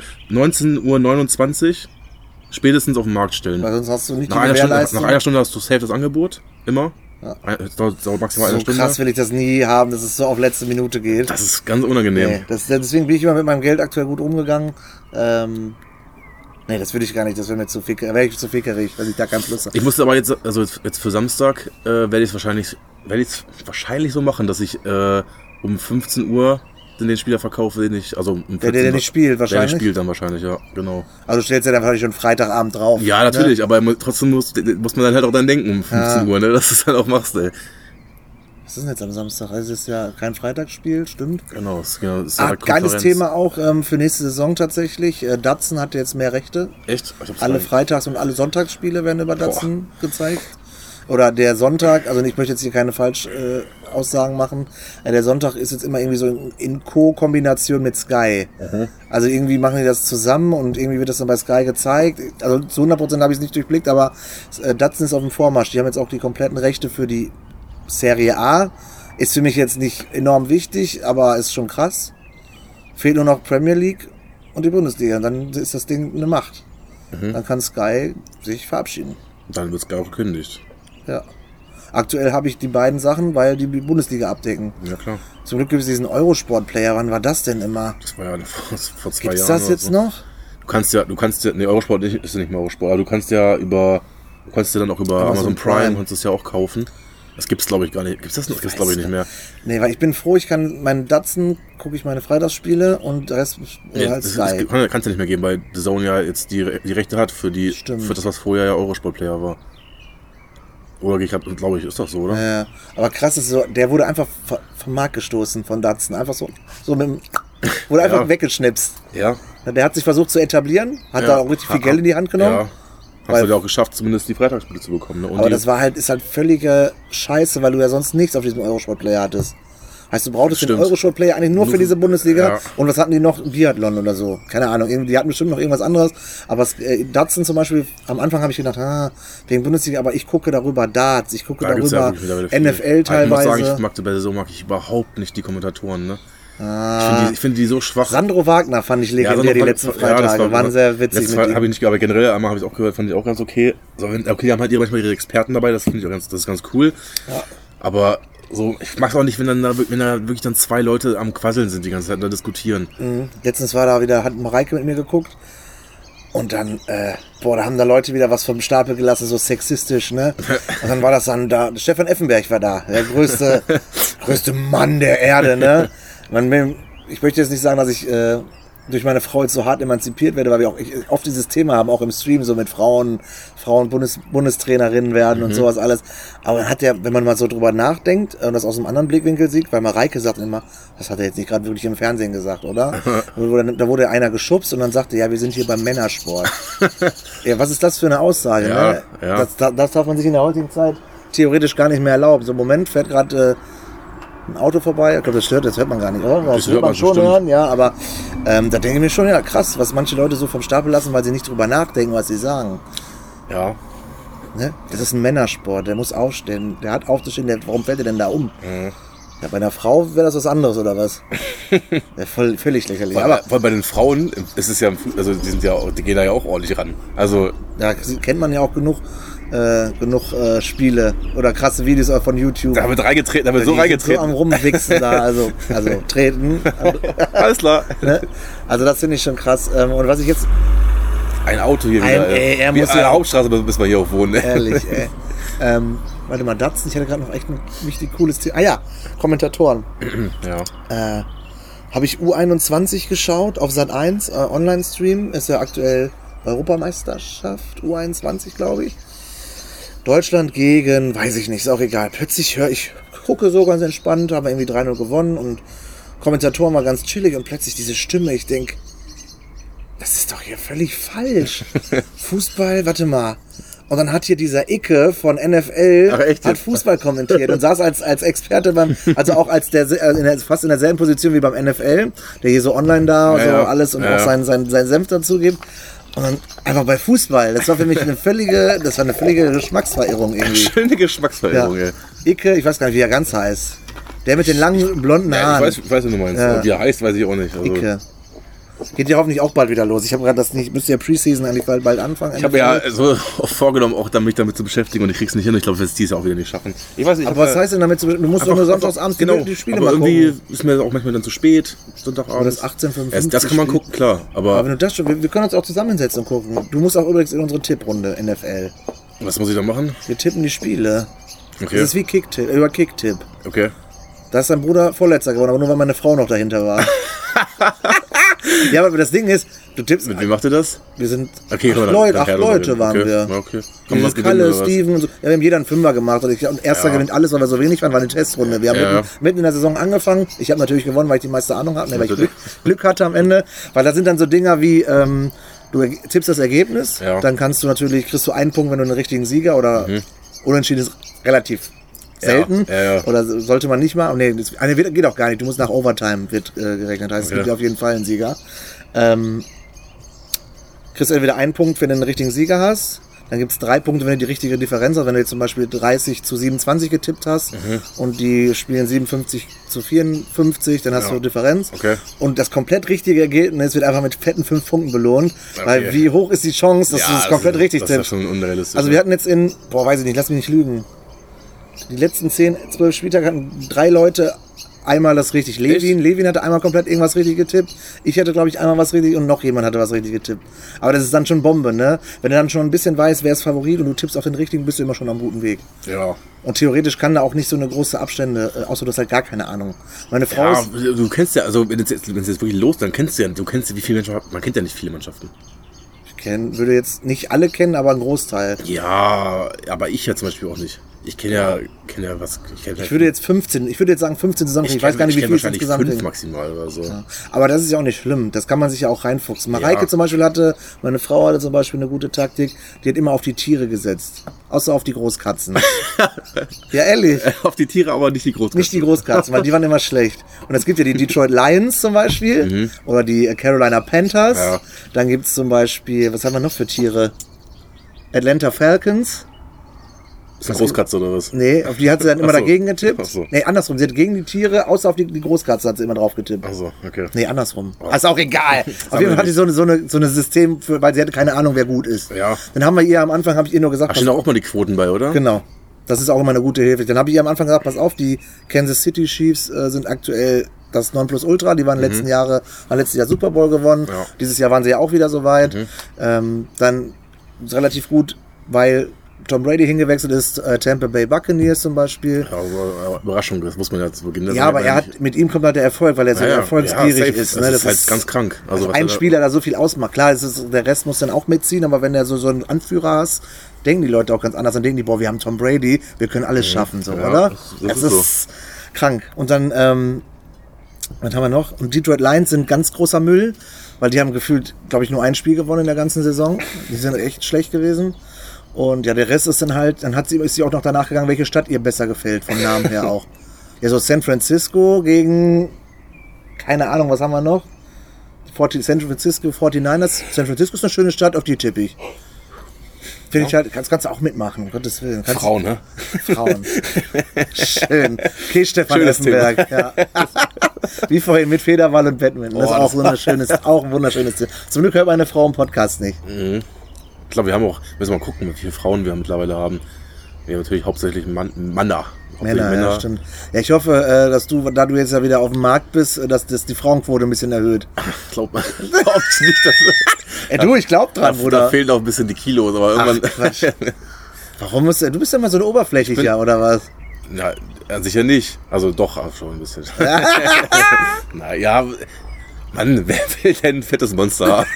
19.29 Uhr spätestens auf den Markt stellen.
Weil sonst hast du nicht
Nach
die
einer, Stunde, nach
Gewährleistung.
einer Stunde hast du safe das Angebot, immer.
Ja.
Ein- Es dauert, es dauert maximal eine
so
Stunde.
krass will ich das nie haben, dass es so auf letzte Minute geht.
Das ist ganz unangenehm.
nee, das, deswegen bin ich immer mit meinem Geld aktuell gut umgegangen. Ähm, nee, das würde ich gar nicht. Das wäre mir zu ficker, wäre ich zu fickerig, weil ich da keinen Plus habe.
Ich musste aber jetzt, also jetzt, jetzt für Samstag, äh, werde ich es wahrscheinlich, werde ich's wahrscheinlich so machen, dass ich äh, um 15 Uhr den den Spieler verkaufe, den ich, also um 14
Der, der, der
Uhr-
nicht spielt,
Der nicht
wahrscheinlich.
spielt dann wahrscheinlich, ja, genau.
Also du stellst ja dann wahrscheinlich schon Freitagabend drauf. ne?
Ja, natürlich, aber mu- trotzdem muss, muss man dann halt auch dann denken um 15 Uhr, ne, dass du es dann auch machst, ey.
Ne? Was ist denn jetzt am Samstag? Es ist ja kein Freitagsspiel, stimmt.
Genau, es, genau, es ist
Ah,
halt
geiles
Konferenz.
Thema auch ähm, für nächste Saison tatsächlich. Äh, Datsun hat jetzt mehr Rechte.
Echt? Ich hab's
Alle
gar nicht-
Freitags- und alle Sonntagsspiele werden über Datsun gezeigt. Oder der Sonntag, also ich möchte jetzt hier keine Falschaussagen äh, Aussagen machen. Äh, der Sonntag ist jetzt immer irgendwie so in, in Co-Kombination mit Sky. Also irgendwie machen die das zusammen und irgendwie wird das dann bei Sky gezeigt. Also zu 100% habe ich es nicht durchblickt, aber äh, Datsun ist auf dem Vormarsch. Die haben jetzt auch die kompletten Rechte für die Serie A. Ist für mich jetzt nicht enorm wichtig, aber ist schon krass. Fehlt nur noch Premier League und die Bundesliga. Und dann ist das Ding eine Macht.
Hm?
Dann kann Sky sich verabschieden.
Dann wird's gar gekündigt.
Ja. Aktuell habe ich die beiden Sachen, weil die die Bundesliga abdecken.
Ja, klar.
Zum Glück gibt es diesen Eurosport-Player. Wann war das denn immer?
Das war ja vor, vor zwei
Gibt es
Jahren.
das
oder
jetzt
so.
noch?
Du kannst ja, du kannst ja, nee, Eurosport nicht, ist ja nicht mehr Eurosport, aber du kannst ja über, du kannst ja dann auch über
Amazon
Amazon Prime,
Prime.
kannst du es ja auch kaufen. Das gibt's, glaube ich, gar nicht. Gibt's das noch? Gibt's,
weiß
glaube ich, nicht
nicht.
mehr.
Nee, weil ich bin froh, ich kann meinen Datsen, gucke ich meine Freitagsspiele und der Rest äh,
Ja,
halt
das
Sky.
kannst du nicht mehr geben, weil The Zone ja jetzt die, die Rechte hat für, die,
Stimmt.
für das, was vorher ja Eurosport-Player war. Oder ich habe, glaube ich, ist doch so, oder?
Ja, aber krass ist so, der wurde einfach v- vom Markt gestoßen von Datsun. Einfach so, so mit dem, wurde einfach
Ja.
weggeschnipst.
Ja.
Der hat sich versucht zu etablieren, hat
Ja.
da auch richtig viel Geld in die Hand genommen.
Ja. Hast
Genau. Weil-
du ja auch geschafft, zumindest die Freitagsspiele zu bekommen. Ne? Und
Aber
die,
das war halt, ist halt völlige Scheiße, weil du ja sonst nichts auf diesem Eurosport-Player hattest. Heißt, du brauchtest den
Stimmt.
Eurosport-Player eigentlich nur für diese Bundesliga.
ja.
Und was hatten die noch? Biathlon oder so. Keine Ahnung. Irgendwie- Die hatten bestimmt noch irgendwas anderes. Aber es- äh, Datsun zum Beispiel, am Anfang habe ich gedacht, ah, wegen Bundesliga, aber ich gucke darüber Darts, ich gucke
da gibt's ja
darüber
wirklich mittlerweile viel.
NFL
Aber Ich muss sagen,
teilweise.
ich mag die bei der Saison mag ich überhaupt nicht die Kommentatoren. Ne?
Ah.
Ich finde die, ich find die so schwach.
Sandro Wagner fand ich
Ja,
legendär
also Sonntag-
die letzten
ja, das
Freitage.
war-
Waren sehr witzig
letztes
mit
Mal
ihm.
habe ich nicht gehört, aber generell einmal habe ich es auch gehört, fand ich auch ganz okay. So, wenn- okay, die haben halt ihre- manchmal ihre Experten dabei, das finde ich auch ganz, das ist ganz cool. Aber so, ich mag es auch nicht, wenn dann da, wenn da wirklich dann zwei Leute am Quasseln sind die ganze Zeit und da diskutieren.
Mhm. Letztens war da wieder, hat Mareike mit mir geguckt. Und dann, äh, boah, da haben da Leute wieder was vom Stapel gelassen, so sexistisch, ne? Und dann war das dann da, Stefan Effenberg war da, der größte, größte Mann der Erde, ne? Man, ich möchte jetzt nicht sagen, dass ich äh, durch meine Frau jetzt so hart emanzipiert werde, weil wir auch ich, oft dieses Thema haben, auch im Stream, so mit Frauen, Frauen Bundes, Bundestrainerinnen werden
Mhm.
und sowas alles. Aber dann hat der, wenn man mal so drüber nachdenkt äh, und das aus einem anderen Blickwinkel sieht, weil Mareike sagt immer, das hat er jetzt nicht gerade wirklich im Fernsehen gesagt, oder? Da wurde, da wurde einer geschubst und dann sagte, ja, wir sind hier beim Männersport. Ja, was ist das für eine Aussage?
Ja,
ne?
ja.
Das, da- das darf man sich in der heutigen Zeit theoretisch gar nicht mehr erlauben. So, im Moment fährt gerade äh, ein Auto vorbei. Ich glaube, das stört, das hört man gar nicht, oder? Das,
hört man
schon
bestimmt.
hören, ja, aber ähm, da denke ich mir schon, ja, krass, was manche Leute so vom Stapel lassen, weil sie nicht drüber nachdenken, was sie sagen.
Ja.
Ne? Das ist ein Männersport, der muss aufstehen, der hat aufzustehen, der, warum fällt er denn da um?
Mhm.
Ja, bei einer Frau wäre das was anderes, oder was? ja, voll, völlig lächerlich.
Weil,
Aber
aber, weil bei den Frauen ist es ja, im Fu- also die sind ja, auch- die gehen da ja auch ordentlich ran. Also
da kennt man ja auch genug, äh, genug äh, Spiele oder krasse Videos auch von YouTube.
da wird reingetreten, da wird so
Die sind So am
reingetreten.
Rumwichsen da, also, also treten.
Alles klar.
Ne? Also das finde ich schon krass. Ähm, Und was ich jetzt,
Ein Auto hier
Ein-
wieder.
ey, er
Wie,
muss
an der
ja-
Hauptstraße bis wir hier auch wohnen. ne?
ehrlich, ey, ähm, warte mal, Datsen, ich hatte gerade noch echt ein richtig cooles Thema. Ah ja, Kommentatoren.
Ja.
Äh, Habe ich U21 geschaut auf Sat 1, äh, Online-Stream, ist ja aktuell Europameisterschaft, U21, glaube ich. Deutschland gegen, weiß ich nicht, ist auch egal. Plötzlich höre ich, gucke so ganz entspannt, haben irgendwie 3-0 gewonnen und Kommentatoren war ganz chillig und plötzlich diese Stimme, ich denk, das ist doch hier völlig falsch. Fußball, warte mal. Und dann hat hier dieser Icke von NFL
Ach, echt
hat
jetzt?
Fußball kommentiert und saß als, als Experte beim, also auch als der, äh, in der, fast in derselben Position wie beim NFL, der hier so online da und
Ja,
so
ja.
alles und
Ja,
auch
ja.
seinen, seinen, seinen Senf dazu gibt. Und dann einfach bei Fußball. Das war für mich eine völlige, das war eine völlige Geschmacksverirrung irgendwie.
Schöne Geschmacksverirrung,
Ja.
ey.
Icke, ich weiß gar nicht, wie er ganz heißt. Der mit den langen blonden
Ja, ich
Haaren.
weiß, ich weiß, was du meinst.
Ja.
Wie er heißt, weiß ich auch nicht. Also,
Icke. Geht ja hoffentlich auch bald wieder los. Ich habe gerade das nicht, müsste ja Preseason eigentlich bald, bald anfangen.
Ich habe ja so vorgenommen, auch damit, mich damit zu beschäftigen und ich krieg's nicht hin. Ich glaube, wir werden es dieses Jahr auch wieder nicht schaffen. Ich weiß nicht.
aber was heißt denn damit? Du musst doch nur sonntags abends die-
genau,
die Spiele
aber
mal
irgendwie
gucken.
ist mir auch manchmal dann zu spät, Sonntagabend.
das 18:55
Erst Das kann man
Spiel.
gucken, klar. Aber,
Aber wenn du das schon, wir, wir können uns auch zusammensetzen und gucken. Du musst auch übrigens in unsere Tipprunde NFL.
was muss ich da machen?
Wir tippen die Spiele.
Okay.
Das ist wie Kicktipp, über Kicktipp.
okay.
Da ist dein Bruder Vorletzter geworden, aber nur weil meine Frau noch dahinter war. ja, aber das Ding ist, du tippst,
Mit wem macht ihr das?
wir sind
Okay,
acht
können wir dann
Leute, acht
nachher drüber
Leute
reden.
waren
okay.
wir.
Ja, okay. Kann man
Diese
was gewinnen,
Kalle,
oder was?
Steven und so. Ja, wir haben jeder einen Fünfer gemacht. Und, ich, und erster
Ja.
gewinnt alles, weil wir so wenig waren, war eine Testrunde. Wir haben
Ja.
mitten, mitten in der Saison angefangen. Ich habe natürlich gewonnen, weil ich die meiste Ahnung hatte, ne, weil ich
Natürlich.
Glück, Glück hatte am Ende. Weil da sind dann so Dinger wie, ähm, du erg- tippst das Ergebnis,
Ja. Mhm.
dann kannst du natürlich, kriegst du einen Punkt, wenn du einen richtigen Sieger oder unentschieden ist relativ selten.
ja, ja.
Oder so- sollte man nicht mal. Nee, das, eine wird- geht auch gar nicht. Du musst nach Overtime wird äh, gerechnet. Heißt, es
Okay.
gibt ja auf jeden Fall einen Sieger. Ähm, kriegst entweder einen Punkt, wenn du den richtigen Sieger hast. Dann gibt es drei Punkte, wenn du die richtige Differenz hast. Wenn du jetzt zum Beispiel 30 zu 27 getippt hast
Mhm.
und die spielen 57 zu 54, dann hast
Ja.
du Differenz.
Okay.
Und das komplett richtige Ergebnis wird einfach mit fetten fünf Punkten belohnt. Weil
Okay.
wie hoch ist die Chance, dass
Ja,
du das komplett
ist-
richtig
Das ist ja
tippst?
schon unrealistisch.
Also wir hatten jetzt in, boah, weiß ich nicht, lass mich nicht lügen. Die letzten 10, 12 Spieltage hatten drei Leute einmal das richtig. Levin, Levin hatte einmal komplett irgendwas richtig getippt. Ich hatte, glaube ich, einmal was richtig und noch jemand hatte was richtig getippt. Aber das ist dann schon Bombe, ne? Wenn du dann schon ein bisschen weißt, wer ist Favorit und du tippst auf den richtigen, bist du immer schon am guten Weg.
ja.
Und theoretisch kann da auch nicht so eine große Abstände, äh, außer du hast halt gar keine Ahnung. Meine Frau
Ja,
ist,
du kennst ja, also wenn es jetzt, wenn es jetzt wirklich los, dann kennst du ja, du kennst ja, wie viele Mannschaften, man kennt ja nicht viele Mannschaften.
ich kenn, würde jetzt nicht alle kennen, aber einen Großteil.
Ja, aber ich ja zum Beispiel auch nicht. Ich kenne ja, kenn ja was. Ich, kenn
Ich würde jetzt 15, ich würde jetzt sagen 15 zusammenrechnen. Ich,
kenn-
weiß gar nicht, wie
kenn
viel es
wahrscheinlich
insgesamt
fünf
sind.
maximal oder so.
Ja. Aber das ist ja auch nicht schlimm. Das kann man sich ja auch reinfuchsen. Mareike
Ja.
zum Beispiel hatte, meine Frau hatte zum Beispiel eine gute Taktik, die hat immer auf die Tiere gesetzt. Außer auf die Großkatzen. ja, ehrlich.
Auf die Tiere, aber nicht die Großkatzen.
Nicht die Großkatzen, weil die waren immer schlecht. Und es gibt ja die Detroit Lions zum Beispiel oder die äh, Carolina Panthers.
Mhm. Ja.
Dann gibt es zum Beispiel, was haben wir noch für Tiere? Atlanta Falcons.
Ist eine Großkatze oder was?
Nee, auf die hat sie dann immer
Ach so.
dagegen getippt.
Ach so.
Nee, andersrum. Sie hat gegen die Tiere, außer auf die, die Großkatze hat sie immer drauf getippt.
Achso, okay.
Nee, andersrum.
Oh.
Ah, Ist auch egal. Auf jeden Fall hatte
nicht.
ich so ein so eine, so eine System, für, weil sie hatte keine Ahnung, wer gut ist.
Ja.
Dann haben wir ihr am Anfang, habe ich ihr nur gesagt,
Da stehen doch auch mal die Quoten bei, oder?
Genau. Das ist auch immer eine gute Hilfe. Dann habe ich ihr am Anfang gesagt, pass auf, die Kansas City Chiefs äh, sind aktuell das Nonplusultra. Die waren letzten Jahre, haben letztes Jahr Super Bowl gewonnen.
Mhm. Ja. Mhm.
Dieses Jahr waren sie ja auch wieder so weit. Ähm, dann ist relativ gut, weil Tom Brady hingewechselt ist, äh, Tampa Bay Buccaneers zum Beispiel.
Ja, aber, aber Überraschung, das muss man ja zu Beginn der
Ja, aber er hat, mit ihm kommt halt der Erfolg, weil er so
Ja, ja.
erfolgsgierig
Ja, safe.
ist. Ne?
Das ist halt ganz krank. Also,
Also
was
ein
er da-
Spieler da so viel ausmacht. Klar, es ist, der Rest muss dann auch mitziehen, aber wenn er so, so einen Anführer hast, denken die Leute auch ganz anders. Dann denken die, boah, wir haben Tom Brady, wir können alles schaffen, so,
Mhm. Ja,
oder?
das-
Das, ist,
das ist
krank. Und dann, ähm, was haben wir noch? Und Detroit Lions sind ganz großer Müll, weil die haben gefühlt, glaube ich, nur ein Spiel gewonnen in der ganzen Saison. Die sind echt schlecht gewesen. Und ja, der Rest ist dann halt, dann hat sie, ist sie auch noch danach gegangen, welche Stadt ihr besser gefällt, vom Namen her auch. Ja, so San Francisco gegen, keine Ahnung, was haben wir noch? 40, San Francisco 49ers. San Francisco ist eine schöne Stadt, auf die tippe ich. Finde ich halt, kannst, kannst du auch mitmachen, um Gottes Willen. Kannst,
Frau, ne?
Frauen. Schön. Okay, Stefan
Schönes
Effenberg. Ja. Wie vorhin mit Federball und Badminton. Das ist
Boah,
auch so
das-
ein schönes, auch ein wunderschönes Ziel. Zum Glück hört meine Frau im Podcast nicht.
Ich glaube, wir haben auch, müssen wir mal gucken, wie viele Frauen wir mittlerweile haben. Wir haben natürlich hauptsächlich Mann, Männer. Hauptsächlich
Männer, ja, stimmt. Ja, ich hoffe, äh, dass du, da du jetzt ja wieder auf dem Markt bist, äh, dass das die Frauenquote ein bisschen erhöht. Äh,
Ich glaube nicht, dass.
Ey, du, ich glaub dran,
da, da
Bruder.
fehlen auch ein bisschen die Kilos, aber
Ach,
irgendwann.
Quatsch. Warum musst du, du bist ja immer so ein Oberflächlicher, oder was?
Na, äh, sicher nicht. Also doch, aber schon ein bisschen. Na ja, Mann, wer will denn ein fettes Monster haben?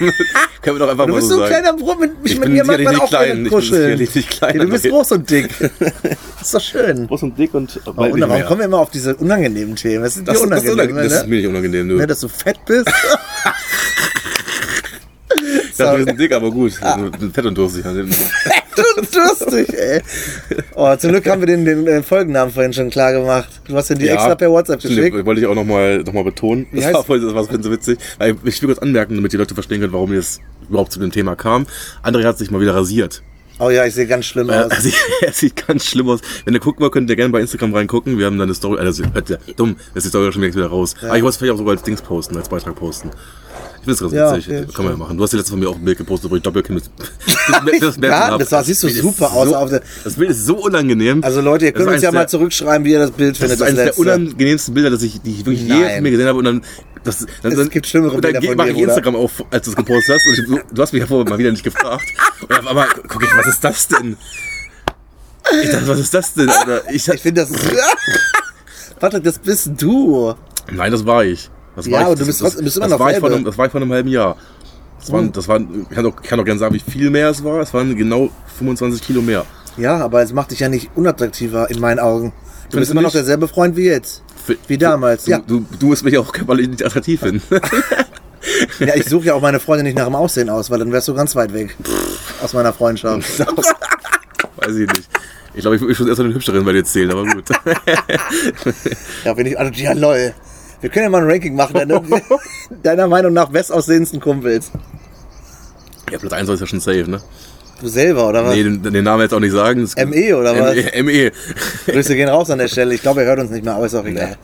Können wir doch einfach
Du
mal
bist
so
so ein
sagen.
kleiner Bruder, mit,
Ich
mit
bin
mir macht
sicherlich
man
nicht
auch
klein,
gerne
ich bin
kuscheln.
sicherlich nicht klein,
ja, du
aber
bist
hier-
groß und dick. ist doch schön.
Groß und dick und. Oh,
Aber warum kommen wir immer auf diese unangenehmen Themen? Das sind
das,
die
das, ist
unangenehmen,
unangenehm, das ist
ne?
mir nicht unangenehm, du.
Ne, dass du fett bist.
ich dachte, wir sind dick, aber gut.
Ah.
Wir sind Fett und durstig.
du bist lustig, ey. Oh, zum Glück haben wir den, den, äh, Folgennamen vorhin schon klar gemacht. Du hast den dir extra per WhatsApp
stimmt,
geschickt.
Wollte ich auch nochmal noch mal betonen. Das
heißt-
war, voll, das war voll so witzig. Weil Ich will kurz anmerken, damit die Leute verstehen können, warum wir jetzt überhaupt zu dem Thema kam. André hat sich mal wieder rasiert.
Oh ja, ich sehe ganz schlimm
Er,
aus.
er, sieht, also, er sieht ganz schlimm aus. Wenn ihr gucken wollt, könnt ihr gerne bei Instagram reingucken. Wir haben da eine Story. Also, hört ihr, dumm, ist die Story schon wieder raus. Aber ich wollte es vielleicht auch sogar als Dings posten, als Beitrag posten. Ich finde es ganz
Ja,
witzig.
okay,
Kann man ja machen. Du hast ja letztes Mal mir auch ein Bild gepostet, wo ich Doppelkinn mit mit- mit- mit-
Ja,
hab.
das war- siehst du
Bild ist
super aus
So,
auf der-
das Bild ist so unangenehm.
Also Leute, ihr
Das
könnt
war
uns ja
eines
mal
der-
zurückschreiben, wie ihr das Bild
das
findet.
ist eines der
letzte.
unangenehmsten Bilder, das ich, die ich wirklich je
Nein.
von mir gesehen habe. Und dann, das, dann,
Es
dann-
gibt schlimmere
und dann
Bilder
geh-
von
mach
dir,
ich
Bruder.
Instagram auf, als du es gepostet hast. Und ich, du, du hast mich ja vorher mal wieder nicht gefragt. Und auf einmal guck ich, was ist das denn? Ich dachte, was ist das denn? Alter? Ich,
Ich finde das. Warte, das bist du.
nein, das war ich. Das
Ja,
war
aber du
ich. das,
bist
das,
trotzdem- bist immer
das
noch Mhm.
war ich vor
selber.
einem, Das war ich vor einem halben Jahr. Das waren, das waren, ich kann auch, kann auch gerne sagen, wie viel mehr es war. Es waren genau 25 Kilo mehr.
Ja, aber es macht dich ja nicht unattraktiver in meinen Augen. Du bist
Findest du
immer noch
nicht?
derselbe Freund wie jetzt.
Für-
Wie damals,
Du,
ja.
du, du bist mich auch körperlich nicht attraktiv hin.
Ja, ich suche ja auch meine Freundin nicht nach dem Aussehen aus, weil dann wärst du ganz weit weg aus meiner Freundschaft.
Weiß ich nicht. Ich glaube, ich würde mich schon erst an den Hübscheren bei dir zählen, aber gut.
Ja, wenn ich. Also, ja, lol. Wir können ja mal ein Ranking machen, deine, deiner Meinung nach bestaussehendsten Kumpels.
Ja, Platz 1 ist ja schon safe, ne?
Du selber, oder was?
Nee, den, den Namen jetzt auch nicht sagen. Das- E,
ME oder was?
ME. ME.
Grüße gehen raus an der Stelle. Ich glaube, er hört uns nicht mehr, aber ist auch egal.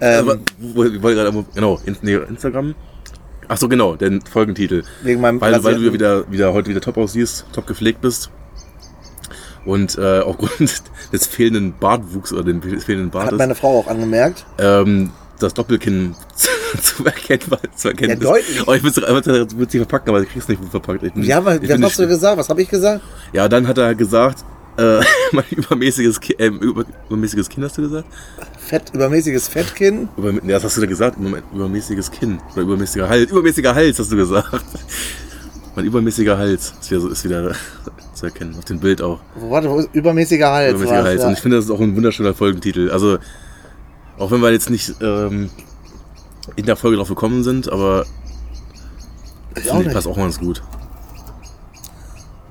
Ähm,
Aber, Also, wo, ich wollte gerade, irgendwo- genau, in, nee, Instagram. Ach so, genau, den Folgentitel.
Wegen meinem
weil, weil du ja
rasierten-
wieder, wieder heute wieder top aussiehst, top gepflegt bist. Und äh, aufgrund des fehlenden Bartwuchs oder dem fehlenden
hat
Bartes,
meine Frau auch angemerkt.
ähm, das Doppelkinn zu, zu erkennen, war- zu erkennen
Ja,
ist.
deutlich.
Oh, ich würde es verpacken, aber ich krieg's nicht gut verpackt. Ich bin,
Ja, aber
ich
was
bin
hast du
nicht-
gesagt? Was habe ich gesagt?
Ja, dann hat er gesagt, äh, mein übermäßiges, Ki- äh, über, übermäßiges Kinn hast du gesagt?
Fett, übermäßiges Fettkinn.
Über, nee, was hast du da gesagt? Über, übermäßiges Kinn. Oder übermäßiger Hals. Übermäßiger Hals hast du gesagt. Mein übermäßiger Hals ist wieder, so- ist wieder zu erkennen. Auf dem Bild auch.
Wo, warte, wo ist übermäßiger Hals?
Übermäßiger
war's,
Hals.
ja.
Und ich finde, das ist auch ein wunderschöner Folgentitel. Also, auch wenn wir jetzt nicht ähm, in der Folge drauf gekommen sind, aber ich
auch
finde, die
nicht.
passt auch ganz gut.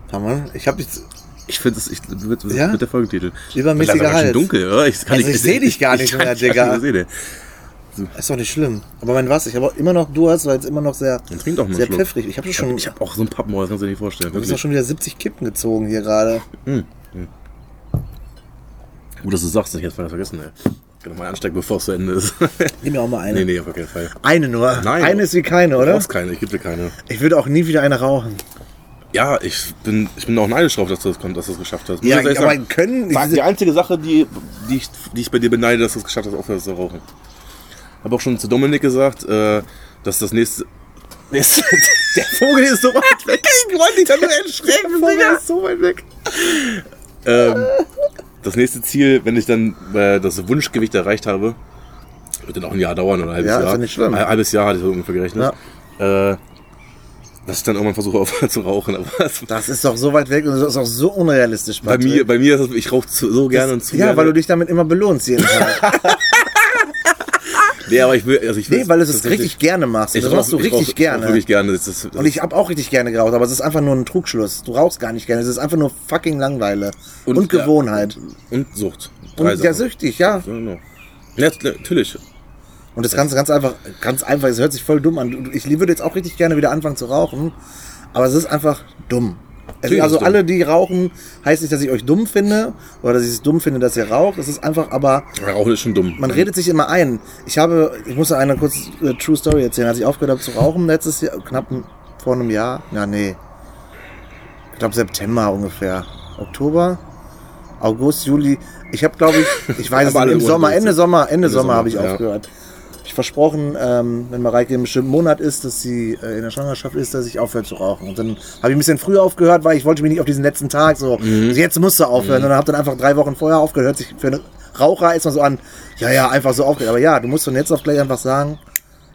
Kann man? Ich habe jetzt.
Ich finde, es ich- mit,
Ja?
mit der Folgentitel.
Übermäßiger
Mittlerweile ganz schön
Hals.
dunkel, oder? Ich, kann
Also ich seh dich gar nicht
ich
mehr,
kann- ich kann
Digga.
nicht mehr sehen,
Ist doch nicht schlimm. Aber mein was? Ich habe immer noch Durst, weil es immer noch sehr,
Dann trink doch mal
sehr
einen Schluck.
pfiffrig. Ich habe
ey. Ich hab-
schon,
Ich
hab,
habe auch so einen Pappenhäuser, kannst du dir nicht vorstellen.
hab, hab
Wirklich.
schon wieder 70 Kippen gezogen hier gerade.
Gut, dass du sagst, ich hätte es vergessen, ey. Ich kann noch mal anstecken, bevor es zu Ende ist.
Nimm mir auch mal eine.
nee, nee, auf gar keinen Fall.
Eine nur.
Nein.
Eine ist wie keine,
Du
oder?
brauchst keine, ich gebe dir keine.
Ich würde auch nie wieder eine rauchen.
Ja, ich bin, ich bin auch neidisch drauf, dass du das, kon- dass du das geschafft hast. Muss
Ja,
ich ehrlich
aber
sagen,
können.
das ist die einzige Sache, die, die, ich, die ich bei dir beneide, dass du es geschafft hast, aufhörst zu rauchen. Habe auch schon zu Dominik gesagt, äh, dass das nächste. nächste der Vogel ist so weit weg. Ich wollte dich da nur erschrecken. Der Vogel ist so weit weg. Ähm, das nächste Ziel, wenn ich dann äh, das Wunschgewicht erreicht habe, wird dann auch ein Jahr dauern oder ein halbes
Ja, ist
Jahr.
ja nicht schlimm.
Ein halbes Jahr hatte ich so ungefähr gerechnet. Äh, dass ich dann irgendwann versuche aufhören zu rauchen. Aber das,
das ist doch so weit weg und das ist auch so unrealistisch.
bei,
Patrick.
mir, bei mir ist das, ich rauche zu- so gerne und zu
Ja,
gerne.
weil du dich damit immer belohnst jeden Tag.
Nee, aber ich will. Also ich will
nee, weil du es
tatsächlich-
richtig gerne machst. Und
Ich
das
rauch-
machst du
ich
richtig
rauch-
gerne.
rauch Wirklich gerne. Das ist, das
Und ich habe auch richtig gerne geraucht, aber es ist einfach nur ein Trugschluss. Du rauchst gar nicht gerne. Es ist einfach nur fucking Langweile. Und,
ja,
Gewohnheit.
und Sucht.
Und,
Drei
ja,
Sachen.
süchtig, ja.
Ja, genau. Ja, t- natürlich.
Und das Ganze ganz einfach, ganz einfach. Es hört sich voll dumm an. Ich würde jetzt auch richtig gerne wieder anfangen zu rauchen, aber es ist einfach dumm. Es
Natürlich
also
ist es
alle, die rauchen, heißt nicht, dass ich euch dumm finde oder dass ich es dumm finde, dass ihr raucht. Es ist einfach, aber
Aber Rauchen ist schon dumm.
man redet sich immer ein. Ich habe, ich muss da eine kurz äh, True Story erzählen. Als ich aufgehört habe zu rauchen, letztes Jahr, knapp ein- vor einem Jahr, ja, nee. Ich glaube September ungefähr. Oktober, August, Juli. Ich habe, glaube ich, ich weiß es
Aber
nicht,
alle
im
ohne
Sommer, Ende
Wurzel.
Sommer, Ende
Ende
Sommer
Sommer,
habe ich
ja.
aufgehört. Ich versprochen, ähm, wenn Mareike im bestimmten Monat ist, dass sie äh, in der Schwangerschaft ist, dass ich aufhöre zu rauchen. Und dann habe ich ein bisschen früher aufgehört, weil ich wollte mich nicht auf diesen letzten Tag so, jetzt musst du aufhören. Und dann habe dann einfach drei Wochen vorher aufgehört. Hört sich für einen Raucher erstmal so an, ja, ja, einfach so aufgehört. Aber ja, du musst von jetzt auf gleich einfach sagen,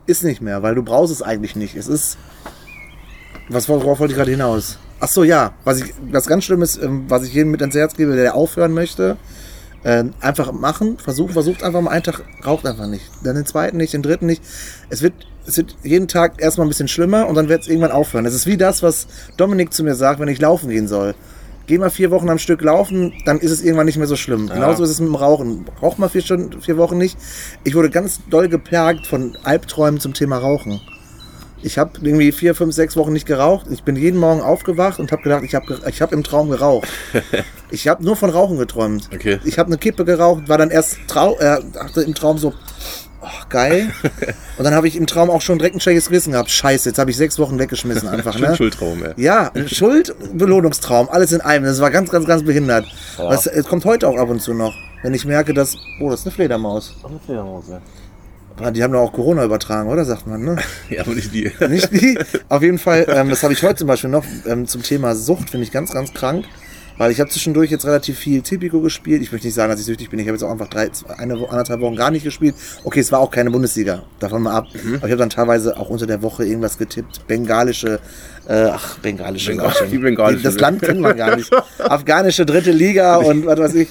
ist nicht mehr, weil du brauchst es eigentlich nicht. Es ist. Was worauf wollte ich gerade hinaus? Ach so, ja. Was, ich, was ganz schlimm ist, ähm, was ich jedem mit ans Herz gebe, der aufhören möchte, ähm, einfach machen, versuchen, versucht einfach mal einen Tag, raucht einfach nicht. Dann den zweiten nicht, den dritten nicht. Es wird, es wird jeden Tag erstmal ein bisschen schlimmer und dann wird es irgendwann aufhören. Es ist wie das, was Dominik zu mir sagt, wenn ich laufen gehen soll. Geh mal vier Wochen am Stück laufen, dann ist es irgendwann nicht mehr so schlimm. Genauso ist es mit dem Rauchen. Rauch mal vier, Stunden, vier Wochen nicht. Ich wurde ganz doll geplagt von Albträumen zum Thema Rauchen. Ich habe irgendwie vier, fünf, sechs Wochen nicht geraucht. Ich bin jeden Morgen aufgewacht und habe gedacht, ich habe ich hab im Traum geraucht. ich habe nur von Rauchen geträumt.
Okay.
Ich habe eine Kippe geraucht, war dann erst trau äh, dachte im Traum so, oh, geil. und dann habe ich im Traum auch schon direkt ein schlechtes Gewissen gehabt. Scheiße, jetzt habe ich sechs Wochen weggeschmissen einfach.
Schön
ne?
Schultraum, ey.
Ja, Schuld, Belohnungstraum, alles in einem. Das war ganz, ganz, ganz behindert. Aber es, es kommt heute auch ab und zu noch, wenn ich merke, dass, oh, das ist eine Fledermaus. Ah, Die haben doch auch Corona übertragen, oder? Sagt man, ne?
Ja, aber nicht die.
Nicht die. Auf jeden Fall, ähm, das habe ich heute zum Beispiel noch ähm, zum Thema Sucht, finde ich ganz, ganz krank. Weil ich habe zwischendurch jetzt relativ viel Tipico gespielt. Ich möchte nicht sagen, dass ich süchtig bin. Ich habe jetzt auch einfach drei, zwei- eine, Wo- anderthalb Wochen gar nicht gespielt. Okay, es war auch keine Bundesliga. Davon mal ab.
Mhm.
Aber ich habe dann teilweise auch unter der Woche irgendwas getippt. Bengalische, äh, ach, bengalische.
Bengal-
sag ich schon.
die bengalische.
Das Land kennt man gar nicht. Afghanische dritte Liga und was weiß ich.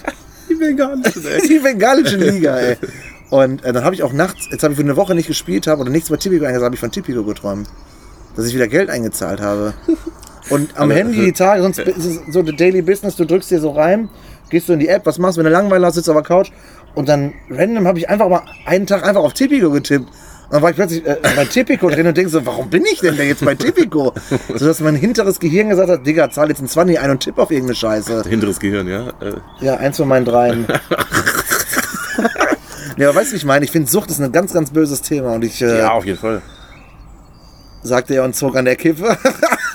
Ich will gar nicht, ey.
Die bengalische Liga, ey. Und äh, dann habe ich auch nachts, jetzt habe ich für eine Woche nicht gespielt habe oder nichts bei Tipico eingesetzt, habe ich von Tipico geträumt. Dass ich wieder Geld eingezahlt habe. Und am Handy die Tage, sonst ist es so the Daily Business, du drückst dir so rein, gehst du in die App, was machst du, wenn du Langeweile hast, sitzt auf der Couch und dann random habe ich einfach mal einen Tag einfach auf Tipico getippt. Und dann war ich plötzlich äh, bei Tipico drin und denk so, warum bin ich denn da jetzt bei Tipico? Sodass mein hinteres Gehirn gesagt hat, Digga, zahl jetzt einen 20 ein und tipp auf irgendeine Scheiße.
Hinteres Gehirn, ja. Äh,
Ja, eins von meinen dreien. ja, aber weißt du, wie ich meine? Ich finde, Sucht ist ein ganz, ganz böses Thema und ich, äh,
ja, auf jeden Fall.
sagte er und zog an der Kippe.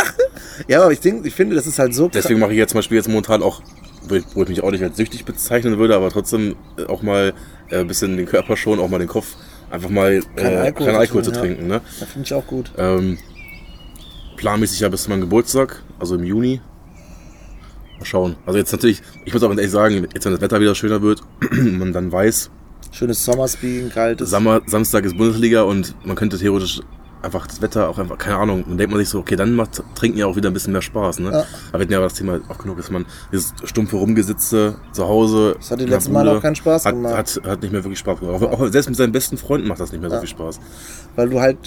ja, aber ich, denk, ich finde, das ist halt so krass.
Deswegen mache ich jetzt zum Beispiel jetzt momentan auch, wo ich, wo ich mich auch nicht als süchtig bezeichnen würde, aber trotzdem äh, auch mal äh, ein bisschen den Körper schon, auch mal den Kopf, einfach mal äh,
Keinen
keinen
Alkohol
Alkohol,
zu
zu
trinken, ja.
trinken. Ne?
Das finde ich auch gut.
Ähm, planmäßig ja bis zu meinem Geburtstag, also im Juni. Mal schauen. Also jetzt natürlich, ich muss auch ganz ehrlich sagen, jetzt wenn das Wetter wieder schöner wird und man dann weiß,
Schönes Sommerspeaking, kaltes.
Sammer, Samstag ist Bundesliga und man könnte theoretisch einfach das Wetter auch einfach, keine Ahnung, dann denkt man sich so, okay, dann macht Trinken ja auch wieder ein bisschen mehr Spaß, ne?
Ja.
Aber wir hatten ja auch das Thema auch genug, dass man dieses stumpfe Rumgesitze zu Hause.
Das hat die
in der
letzten Male
Bude,
auch keinen Spaß
hat,
gemacht.
Hat, hat nicht mehr wirklich Spaß gemacht. Auch, auch selbst mit seinen besten Freunden macht das nicht mehr so viel Spaß.
weil du halt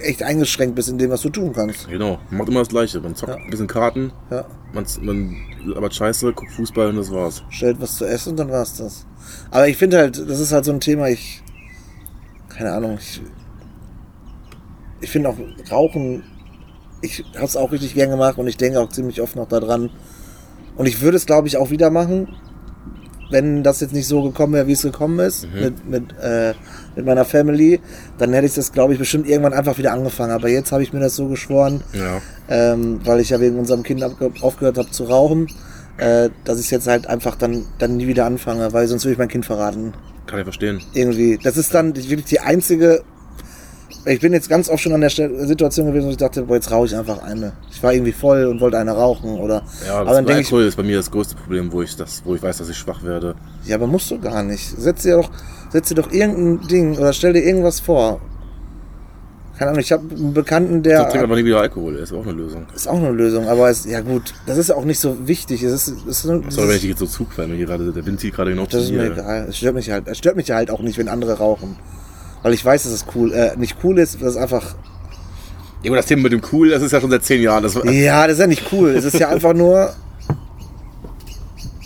echt eingeschränkt bist in dem, was du tun kannst.
Genau, man macht immer das Gleiche. Man zockt ein bisschen Karten,
Ja.
man, man labert Scheiße, guckt Fußball und das war's.
Stellt was zu essen und dann war's das. Aber ich finde halt, das ist halt so ein Thema, ich. Keine Ahnung, ich. Ich finde auch Rauchen, ich habe es auch richtig gern gemacht und ich denke auch ziemlich oft noch daran. Und ich würde es, glaube ich, auch wieder machen, wenn das jetzt nicht so gekommen wäre, wie es gekommen ist, mit, mit, äh, mit meiner Family. Dann hätte ich das, glaube ich, bestimmt irgendwann einfach wieder angefangen. Aber jetzt habe ich mir das so geschworen,
Ja.
ähm, weil ich ja wegen unserem Kind abge- aufgehört habe zu rauchen, äh, dass ich jetzt halt einfach dann, dann nie wieder anfange, weil sonst würde ich mein Kind verraten.
Kann ich verstehen.
Irgendwie. Das ist dann die- wirklich die einzige. Ich bin jetzt ganz oft schon an der Stell- Situation gewesen, wo ich dachte, boah, jetzt rauche ich einfach eine. Ich war irgendwie voll und wollte eine rauchen oder.
Ja,
aber
das
dann
bei
denke ich,
Alkohol ist bei mir das größte Problem, wo ich, das, wo ich weiß, dass ich schwach werde.
ja, aber musst du gar nicht. Setz dir doch, setz dir doch irgendein Ding oder stell dir irgendwas vor. Keine Ahnung, ich habe einen Bekannten, der.
Ja, trink einfach nie wieder Alkohol, ist auch eine Lösung.
Ist auch eine Lösung, aber es, ja gut, das ist auch nicht so wichtig. Es ist, es ist nur,
Sorry, wenn
dieses-
ich jetzt so zuquemme hier gerade, der Wind zieht gerade genau
das
zu
ist mir
mir.
egal. Es stört mich halt, es stört mich ja halt auch nicht, wenn andere rauchen, weil ich weiß, dass es cool, äh, nicht cool ist, das ist einfach,
Ja, aber das Thema mit dem Cool, das ist ja schon seit zehn Jahren. Das war,
ja, das ist ja nicht cool. Es ist ja einfach nur,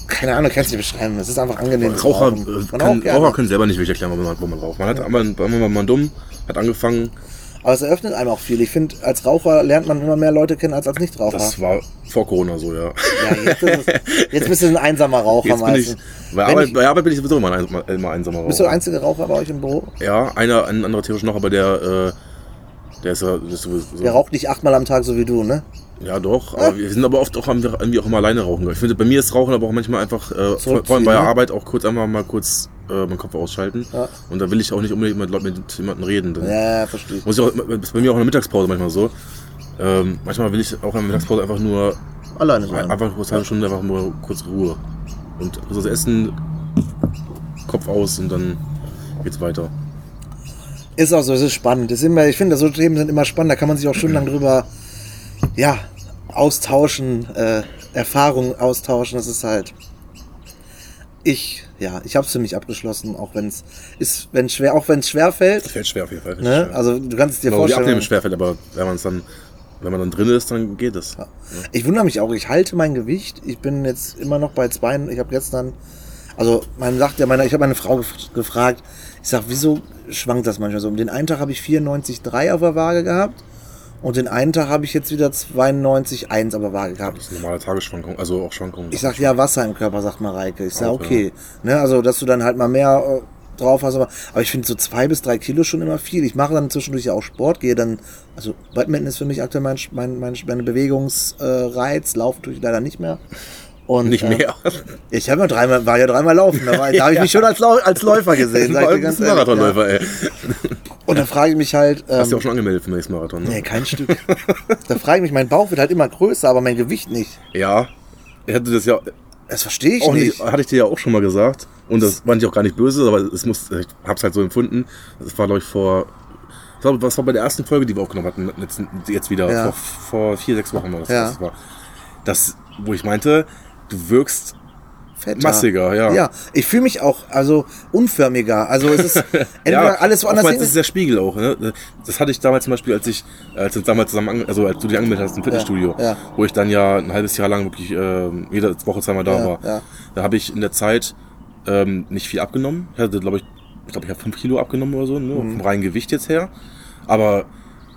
keine Ahnung, kannst du nicht beschreiben. Es ist einfach angenehm. zu
Raucher,
rauchen.
äh,
Man
können,
raucht gerne.
Raucher können selber nicht wirklich erklären, warum man, warum man raucht. Man hat einmal, einmal war man dumm, hat angefangen.
Aber es eröffnet einem auch viel. Ich finde, als Raucher lernt man immer mehr Leute kennen als als Nichtraucher.
Das war vor Corona so, ja.
ja, jetzt, ist es, jetzt bist du ein einsamer Raucher
Jetzt bin ich,
meistens.
bei,
Wenn
Arbeit,
ich-
bei Arbeit bin ich sowieso immer, ein, einsamer- immer einsamer Raucher.
Bist du der einzige Raucher bei euch im Büro?
Ja, einer, ein anderer theoretisch noch, aber der, äh, der ist ja der ist sowieso.
Der raucht nicht achtmal am Tag, so wie du, ne?
Ja, doch. Aber wir sind aber oft auch am- irgendwie auch immer alleine rauchen. Ich finde, bei mir ist Rauchen aber auch manchmal einfach, äh, vor vor allem bei der
ne?
Arbeit, auch kurz einfach mal kurz äh, meinen Kopf ausschalten.
Ja.
Und da will ich auch nicht unbedingt mit, Leuten- mit jemandem reden. Dann
Ja, ja, verstehe.
muss ich auch, das ist bei mir auch in der Mittagspause manchmal so. Ähm, manchmal will ich auch in der Mittagspause einfach nur,
Alleine sein.
einfach kurz halbe Stunde, einfach nur kurz Ruhe. Und kurz das Essen, Kopf aus und dann geht's weiter.
Ist auch so, es ist spannend. Es Ist immer, ich finde, so Themen sind immer spannend. Da kann man sich auch stundenlang drüber, ja, austauschen, äh, Erfahrungen austauschen. Das ist halt. Ich, ja, ich habe es für mich abgeschlossen, auch wenn es ist, wenn schwer, auch wenn es schwer fällt.
Fällt schwer auf jeden Fall.
Ne? Also du kannst es dir
Genau, die
vorstellen.
Abnehmen schwerfällt, aber wenn man es dann, wenn man dann drin ist, dann geht es.
Ich wundere mich auch, ich halte mein Gewicht. Ich bin jetzt immer noch bei zwei. Ich habe gestern, also man sagt ja, meine, ich habe meine Frau gef gefragt, ich sag, wieso schwankt das manchmal so? Um den einen Tag habe ich 94,3 auf der Waage gehabt und den einen Tag habe ich jetzt wieder 92,1 auf der Waage gehabt.
Das ist eine normale Tagesschwankung, also auch Schwankungen.
Ich sag, ja, Wasser im Körper, sagt Mareike. Ich sag,
Auch, ja.
okay. Ne, also, dass du dann halt mal mehr äh, drauf hast. Aber, aber ich finde so zwei bis drei Kilo schon immer viel. Ich mache dann zwischendurch ja auch Sport, gehe dann, also Badminton ist für mich aktuell mein, mein, mein, mein Bewegungsreiz, äh, Reiz. laufen tue ich leider nicht mehr. Und,
nicht mehr.
Äh, ich habe ja dreimal, war ja dreimal laufen, da, war, da habe ich mich schon als, Lau als Läufer gesehen. sag ich dir
Vor allem
ganz
bist du
ehrlich,
Marathonläufer, ey.
Ja. Und da frage ich mich halt,
Hast du
ähm,
auch schon angemeldet für den nächsten Marathon, ne?
nee, kein Stück. da frage ich mich, mein Bauch wird halt immer größer, aber mein Gewicht nicht.
Ja. Ich hatte das ja
Das verstehe ich
auch
nicht.
nicht, hatte ich dir ja auch schon mal gesagt. Und das fand ich auch gar nicht böse, aber es muss, ich hab's halt so empfunden. Das war, glaube ich, vor, ich glaube, was war bei der ersten Folge, die wir aufgenommen hatten, letzten, jetzt wieder,
Ja.
vor, vor vier, sechs Wochen war das.
Ja.
Das, war, das, wo ich meinte, du wirkst
fetter.
Massiger, ja.
Ja, ich fühle mich auch also unförmiger. Also es ist entweder alles woanders
oftmals ist
hin.
der Spiegel auch. Ne? Das hatte ich damals zum Beispiel, als ich, als wir uns damals zusammen, ange- also als du dich angemeldet hast im Fitnessstudio,
ja.
wo ich dann ja ein halbes Jahr lang wirklich ähm, jede Woche zweimal da
Ja,
war.
ja.
Da habe ich in der Zeit ähm, nicht viel abgenommen. Ich hatte, glaube ich, ich glaube, ich habe fünf Kilo abgenommen oder so, ne?
Mhm.
vom reinen Gewicht jetzt her. Aber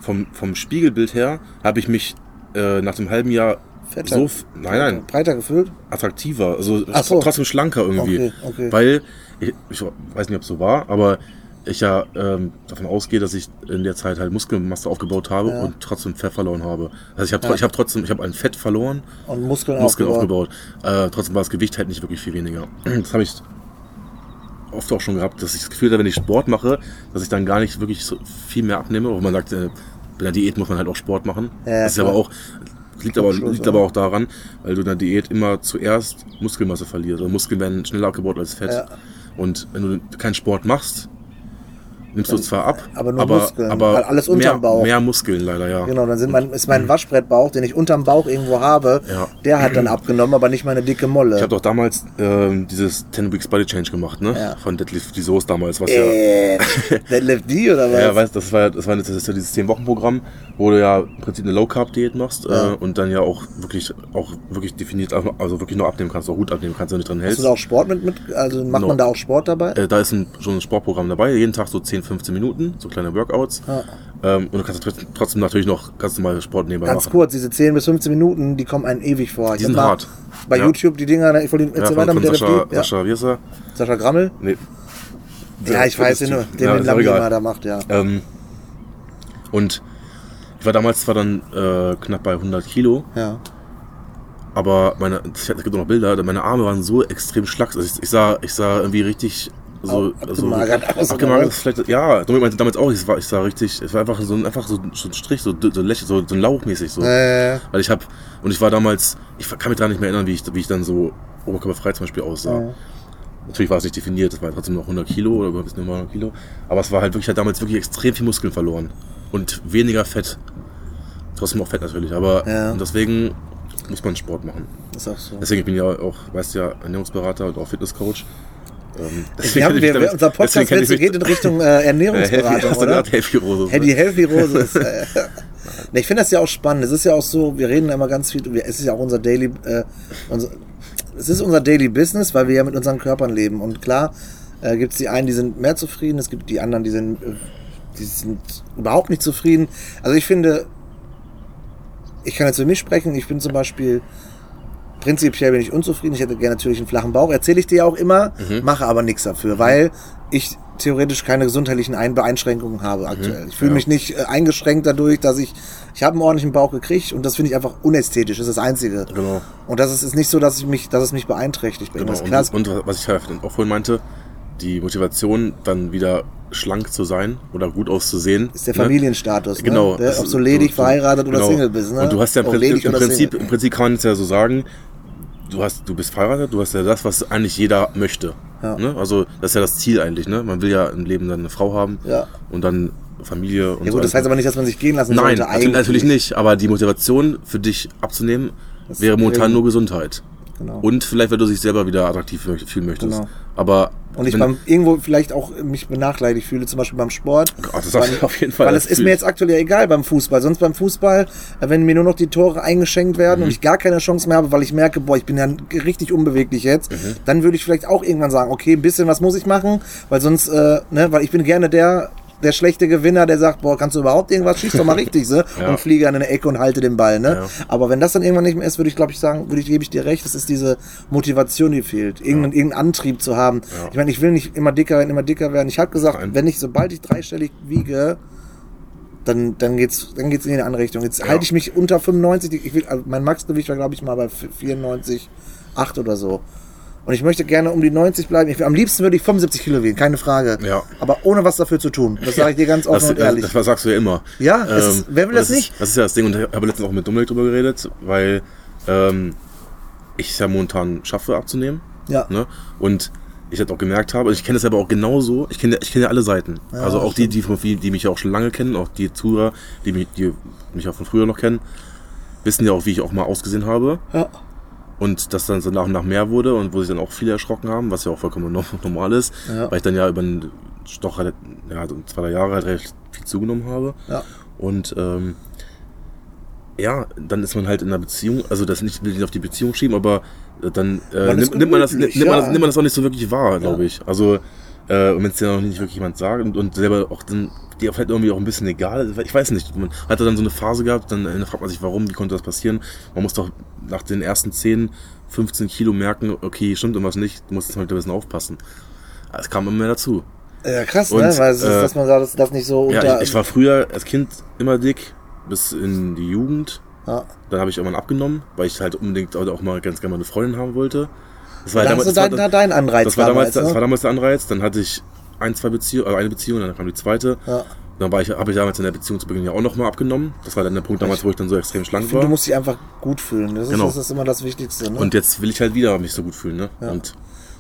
vom, vom Spiegelbild her habe ich mich äh, nach dem halben Jahr
Fetter.
so, f- nein, nein,
Breiter gefüllt.
attraktiver, also
Ach so.
trotzdem schlanker irgendwie.
Okay, okay.
Weil, ich, ich weiß nicht, ob es so war, aber ich ja ähm, davon ausgehe, dass ich in der Zeit halt Muskelmasse aufgebaut habe
Ja.
und trotzdem Fett verloren habe. Also ich habe ich hab trotzdem, ich habe ein Fett verloren,
Und Muskeln,
Muskeln
aufgebaut.
aufgebaut. Äh, trotzdem war das Gewicht halt nicht wirklich viel weniger. Das habe ich oft auch schon gehabt, dass ich das Gefühl hatte, wenn ich Sport mache, dass ich dann gar nicht wirklich so viel mehr abnehme. Aber man sagt, äh, bei der Diät muss man halt auch Sport machen.
Ja,
das ist
klar.
aber auch, das liegt, aber,
Schluss,
liegt
ja.
aber auch daran, weil du in der Diät immer zuerst Muskelmasse verlierst. Also Muskeln werden schneller abgebaut als Fett.
Ja.
Und wenn du keinen Sport machst, nimmst du zwar ab,
aber nur Muskeln,
aber
alles
mehr,
unterm Bauch.
mehr Muskeln leider, ja.
Genau, dann sind mein, ist mein Waschbrettbauch, den ich unterm Bauch irgendwo habe,
Ja.
der hat dann abgenommen, aber nicht meine dicke Molle.
Ich habe doch damals ähm, dieses 10 Weeks Body Change gemacht, ne?
Ja.
Von Deadlift die Soße damals, was ja.
äh, Deadlift D oder was?
Ja, weißt, das war, ja- das war das ist ja dieses 10-Wochen-Programm, wo du ja im Prinzip eine Low-Carb-Diät machst
Ja.
äh, und dann ja auch wirklich, auch wirklich definiert, also wirklich nur abnehmen kannst, auch gut abnehmen kannst, wenn du dran
Hast
hältst.
du da auch Sport mit? mit also macht
No.
man da auch Sport dabei?
Äh, da ist ein, schon ein Sportprogramm dabei, jeden Tag so 10, 15 Minuten, so kleine Workouts.
Ja.
Ähm, und du kannst trotzdem- trotzdem natürlich noch ganz normal Sport nebenbei
Ganz
machen.
kurz, diese 10 bis 15 Minuten, die kommen einen ewig vor. Ich
Die sind
hab mal
hart.
Bei
Ja.
YouTube die Dinger, ne, ich wollte jetzt
Ja,
ja,
von,
weiter
von
mit der
Sascha,
FD. Ja. Sascha.
Sascha, wie ist er?
Grammel?
Nee.
Ja, ich weiß den nur, den
Ja,
den
ist auch
Lambi
egal.
immer da macht, ja.
Ähm, und ich war damals zwar dann äh, knapp bei 100 Kilo,
Ja,
aber meine, es gibt auch noch Bilder, meine Arme waren so extrem schlacks. Also ich, ich sah, ich sah irgendwie richtig so,
Ab-
so
abgemagert aus,
abgemagert
oder?
ist vielleicht, ja, damit meinte ich damals auch, ich war, ich sah richtig, es war einfach so ein, einfach so ein so ein Strich, so, so, läch- so, so ein Lauchmäßig so.
äh,
Weil ich habe und ich war damals, ich kann mich daran nicht mehr erinnern, wie ich, wie ich dann so oberkörperfrei zum Beispiel aussah.
Ja.
Natürlich war es nicht definiert, das war trotzdem noch 100 Kilo oder ein bisschen über 100 Kilo. Aber es war halt wirklich, ich hab damals wirklich extrem viel Muskeln verloren und weniger Fett. Trotzdem auch Fett natürlich, aber
Ja.
und deswegen muss man Sport machen.
ist auch so.
Deswegen ich bin ich ja auch, weißt du ja, Ernährungsberater und auch Fitnesscoach. Ähm,
Wir haben,
kenn
wir,
ich mich damit-
unser
deswegen
Podcast
kenn
jetzt
ich mich-
geht in Richtung äh,
äh, Healthy-
Ernährungsberatung,
hast du
oder?
gesagt, Healthy Rose.
Healthy, healthy Roses. äh, nee, ich finde das ja auch spannend. Es ist ja auch so, wir reden immer ganz viel, wir- es ist ja auch unser Daily, äh, unser, es ist unser Daily Business, weil wir ja mit unseren Körpern leben. Und klar äh, gibt es die einen, die sind mehr zufrieden, es gibt die anderen, die sind, äh, die sind überhaupt nicht zufrieden. Also ich finde, ich kann jetzt für mich sprechen, ich bin zum Beispiel prinzipiell bin ich unzufrieden. Ich hätte gerne natürlich einen flachen Bauch. Erzähle ich dir ja auch immer,
Mhm.
mache aber nichts dafür, weil ich theoretisch keine gesundheitlichen Ein Einschränkungen habe aktuell. Ich fühle
ja.
mich nicht äh, eingeschränkt dadurch, dass ich, ich habe einen ordentlichen Bauch gekriegt und das finde ich einfach unästhetisch. Das ist das Einzige.
Genau.
Und das ist, ist nicht so, dass ich mich, dass es mich beeinträchtigt. Genau.
Genau,
Das klar, es-
und, und was ich halt auch vorhin meinte, die Motivation, dann wieder schlank zu sein oder gut auszusehen.
ist der
ne?
Familienstatus.
Genau.
Ne? Der,
das-
ob du ledig,
du-
verheiratet oder
genau.
Single bist. Ne?
Und du hast ja im
Auch
Prinzip,
ledig
im
oder
Prinzip,
Single.
im Prinzip kann man es ja so sagen, du, hast, du bist verheiratet, du hast ja das, was eigentlich jeder möchte.
Ja.
Ne? Also das ist ja das Ziel eigentlich. Ne? Man will ja im Leben dann eine Frau haben
Ja.
und dann Familie
Ja
und
gut, das
alles.
heißt aber nicht, dass man sich gehen lassen
Nein,
sollte.
natürlich, natürlich nicht. Aber die Motivation für dich abzunehmen
Das
wäre
ist
momentan
gering.
nur Gesundheit.
Genau.
Und vielleicht, weil du dich selber wieder attraktiv mö- fühlen möchtest.
Genau.
Aber
Und ich
wenn-
beim, irgendwo vielleicht auch mich benachteiligt fühle, zum Beispiel beim Sport.
Gott, das hab ich auf jeden Fall
Weil es ist
gefühlt.
mir jetzt aktuell ja egal beim Fußball. Sonst beim Fußball, äh, wenn mir nur noch die Tore eingeschenkt werden
Mhm.
und ich gar keine Chance mehr habe, weil ich merke, boah, ich bin ja richtig unbeweglich jetzt,
Mhm.
dann würde ich vielleicht auch irgendwann sagen, okay, ein bisschen was muss ich machen, weil sonst, äh, ne, weil ich bin gerne der, der schlechte Gewinner, der sagt, boah, kannst du überhaupt irgendwas, schieß doch mal richtig, so,
Ja.
und fliege an eine Ecke und halte den Ball, ne?
Ja.
Aber wenn das dann irgendwann nicht mehr ist, würde ich, glaube ich, sagen, würde ich, gebe ich dir recht, es ist diese Motivation, die fehlt. Irgendeinen, irgendeinen Antrieb zu haben. Ich meine, ich will nicht immer dicker werden, immer dicker werden. Ich habe gesagt,
Nein.
wenn ich, sobald ich dreistellig wiege, dann, dann geht's, dann geht's in die andere Richtung. Jetzt halte ich mich unter 95. die- Ich will, also mein Maxgewicht war, glaube ich, mal bei 94, 8 oder so. Und ich möchte gerne um die 90 bleiben. Ich, will- am liebsten würde ich 75 Kilo wiegen, keine Frage.
Ja.
Aber ohne was dafür zu tun. Das sage ich dir ganz offen
das,
und ehrlich.
Das, das sagst du ja immer.
Ja, es ist- wer will
und
das
Ist,
nicht?
das ist ja das Ding. Und ich habe letztens auch mit Dominik drüber geredet, weil ähm, ich es ja momentan schaffe abzunehmen.
ja.
Ne? Und ich halt auch gemerkt habe, und ich kenne das aber auch genauso, ich kenne ich kenne ja alle Seiten. also auch die, die, von- die, die mich ja auch schon lange kennen, auch die Zuhörer, die mich, die mich auch von früher noch kennen, wissen ja auch, wie ich auch mal ausgesehen habe.
ja.
Und das dann so nach und nach mehr wurde und wo sich dann auch viele erschrocken haben, was ja auch vollkommen no- normal ist,
Ja.
weil ich dann ja über einen, doch halt, ja, so zwei, drei Jahre halt recht viel zugenommen habe.
Ja.
Und ähm, ja, dann ist man halt in einer Beziehung, also das nicht, will ich nicht auf die Beziehung schieben, aber äh, dann äh,
Man ist
nimmt, nimmt, man das, nimmt,
gemütlich,
man das,
ja.
nimmt man das auch nicht so wirklich wahr, glaube ich. Also, äh, wenn es dir noch nicht wirklich jemand sagt und, und selber auch dann dir vielleicht irgendwie auch ein bisschen egal, ist, weil ich weiß nicht, man hatte dann so eine Phase gehabt, dann äh, fragt man sich, warum, wie konnte das passieren? Man muss doch nach den ersten 10, 15 Kilo merken, okay, stimmt irgendwas nicht, du musst jetzt mal wieder ein bisschen aufpassen. Aber Es kam immer mehr dazu.
Ja, krass,
Und,
ne? Weil es ist,
äh,
dass man da das, das nicht so unter.
Ja, ich, ich war früher als Kind immer dick, bis in die Jugend.
ja.
Dann habe ich irgendwann abgenommen, weil ich halt unbedingt auch auch mal ganz gerne mal eine Freundin haben wollte. Das war,
Da
damals,
hast du
das war,
dein, da deinen Anreiz ne?
das war damals, das
damals,
war damals der Anreiz. Dann hatte ich ein, zwei Beziehungen, also eine Beziehung, dann kam die zweite.
Ja.
Dann war ich, habe ich damals in der Beziehung zu Beginn ja auch nochmal abgenommen. Das war dann der Punkt damals, wo ich dann so extrem schlank
Ich finde,
war.
du musst dich einfach gut fühlen. Das ist,
Genau.
das ist immer das Wichtigste. Ne?
Und jetzt will ich halt wieder mich so gut fühlen, ne? Und
Ja,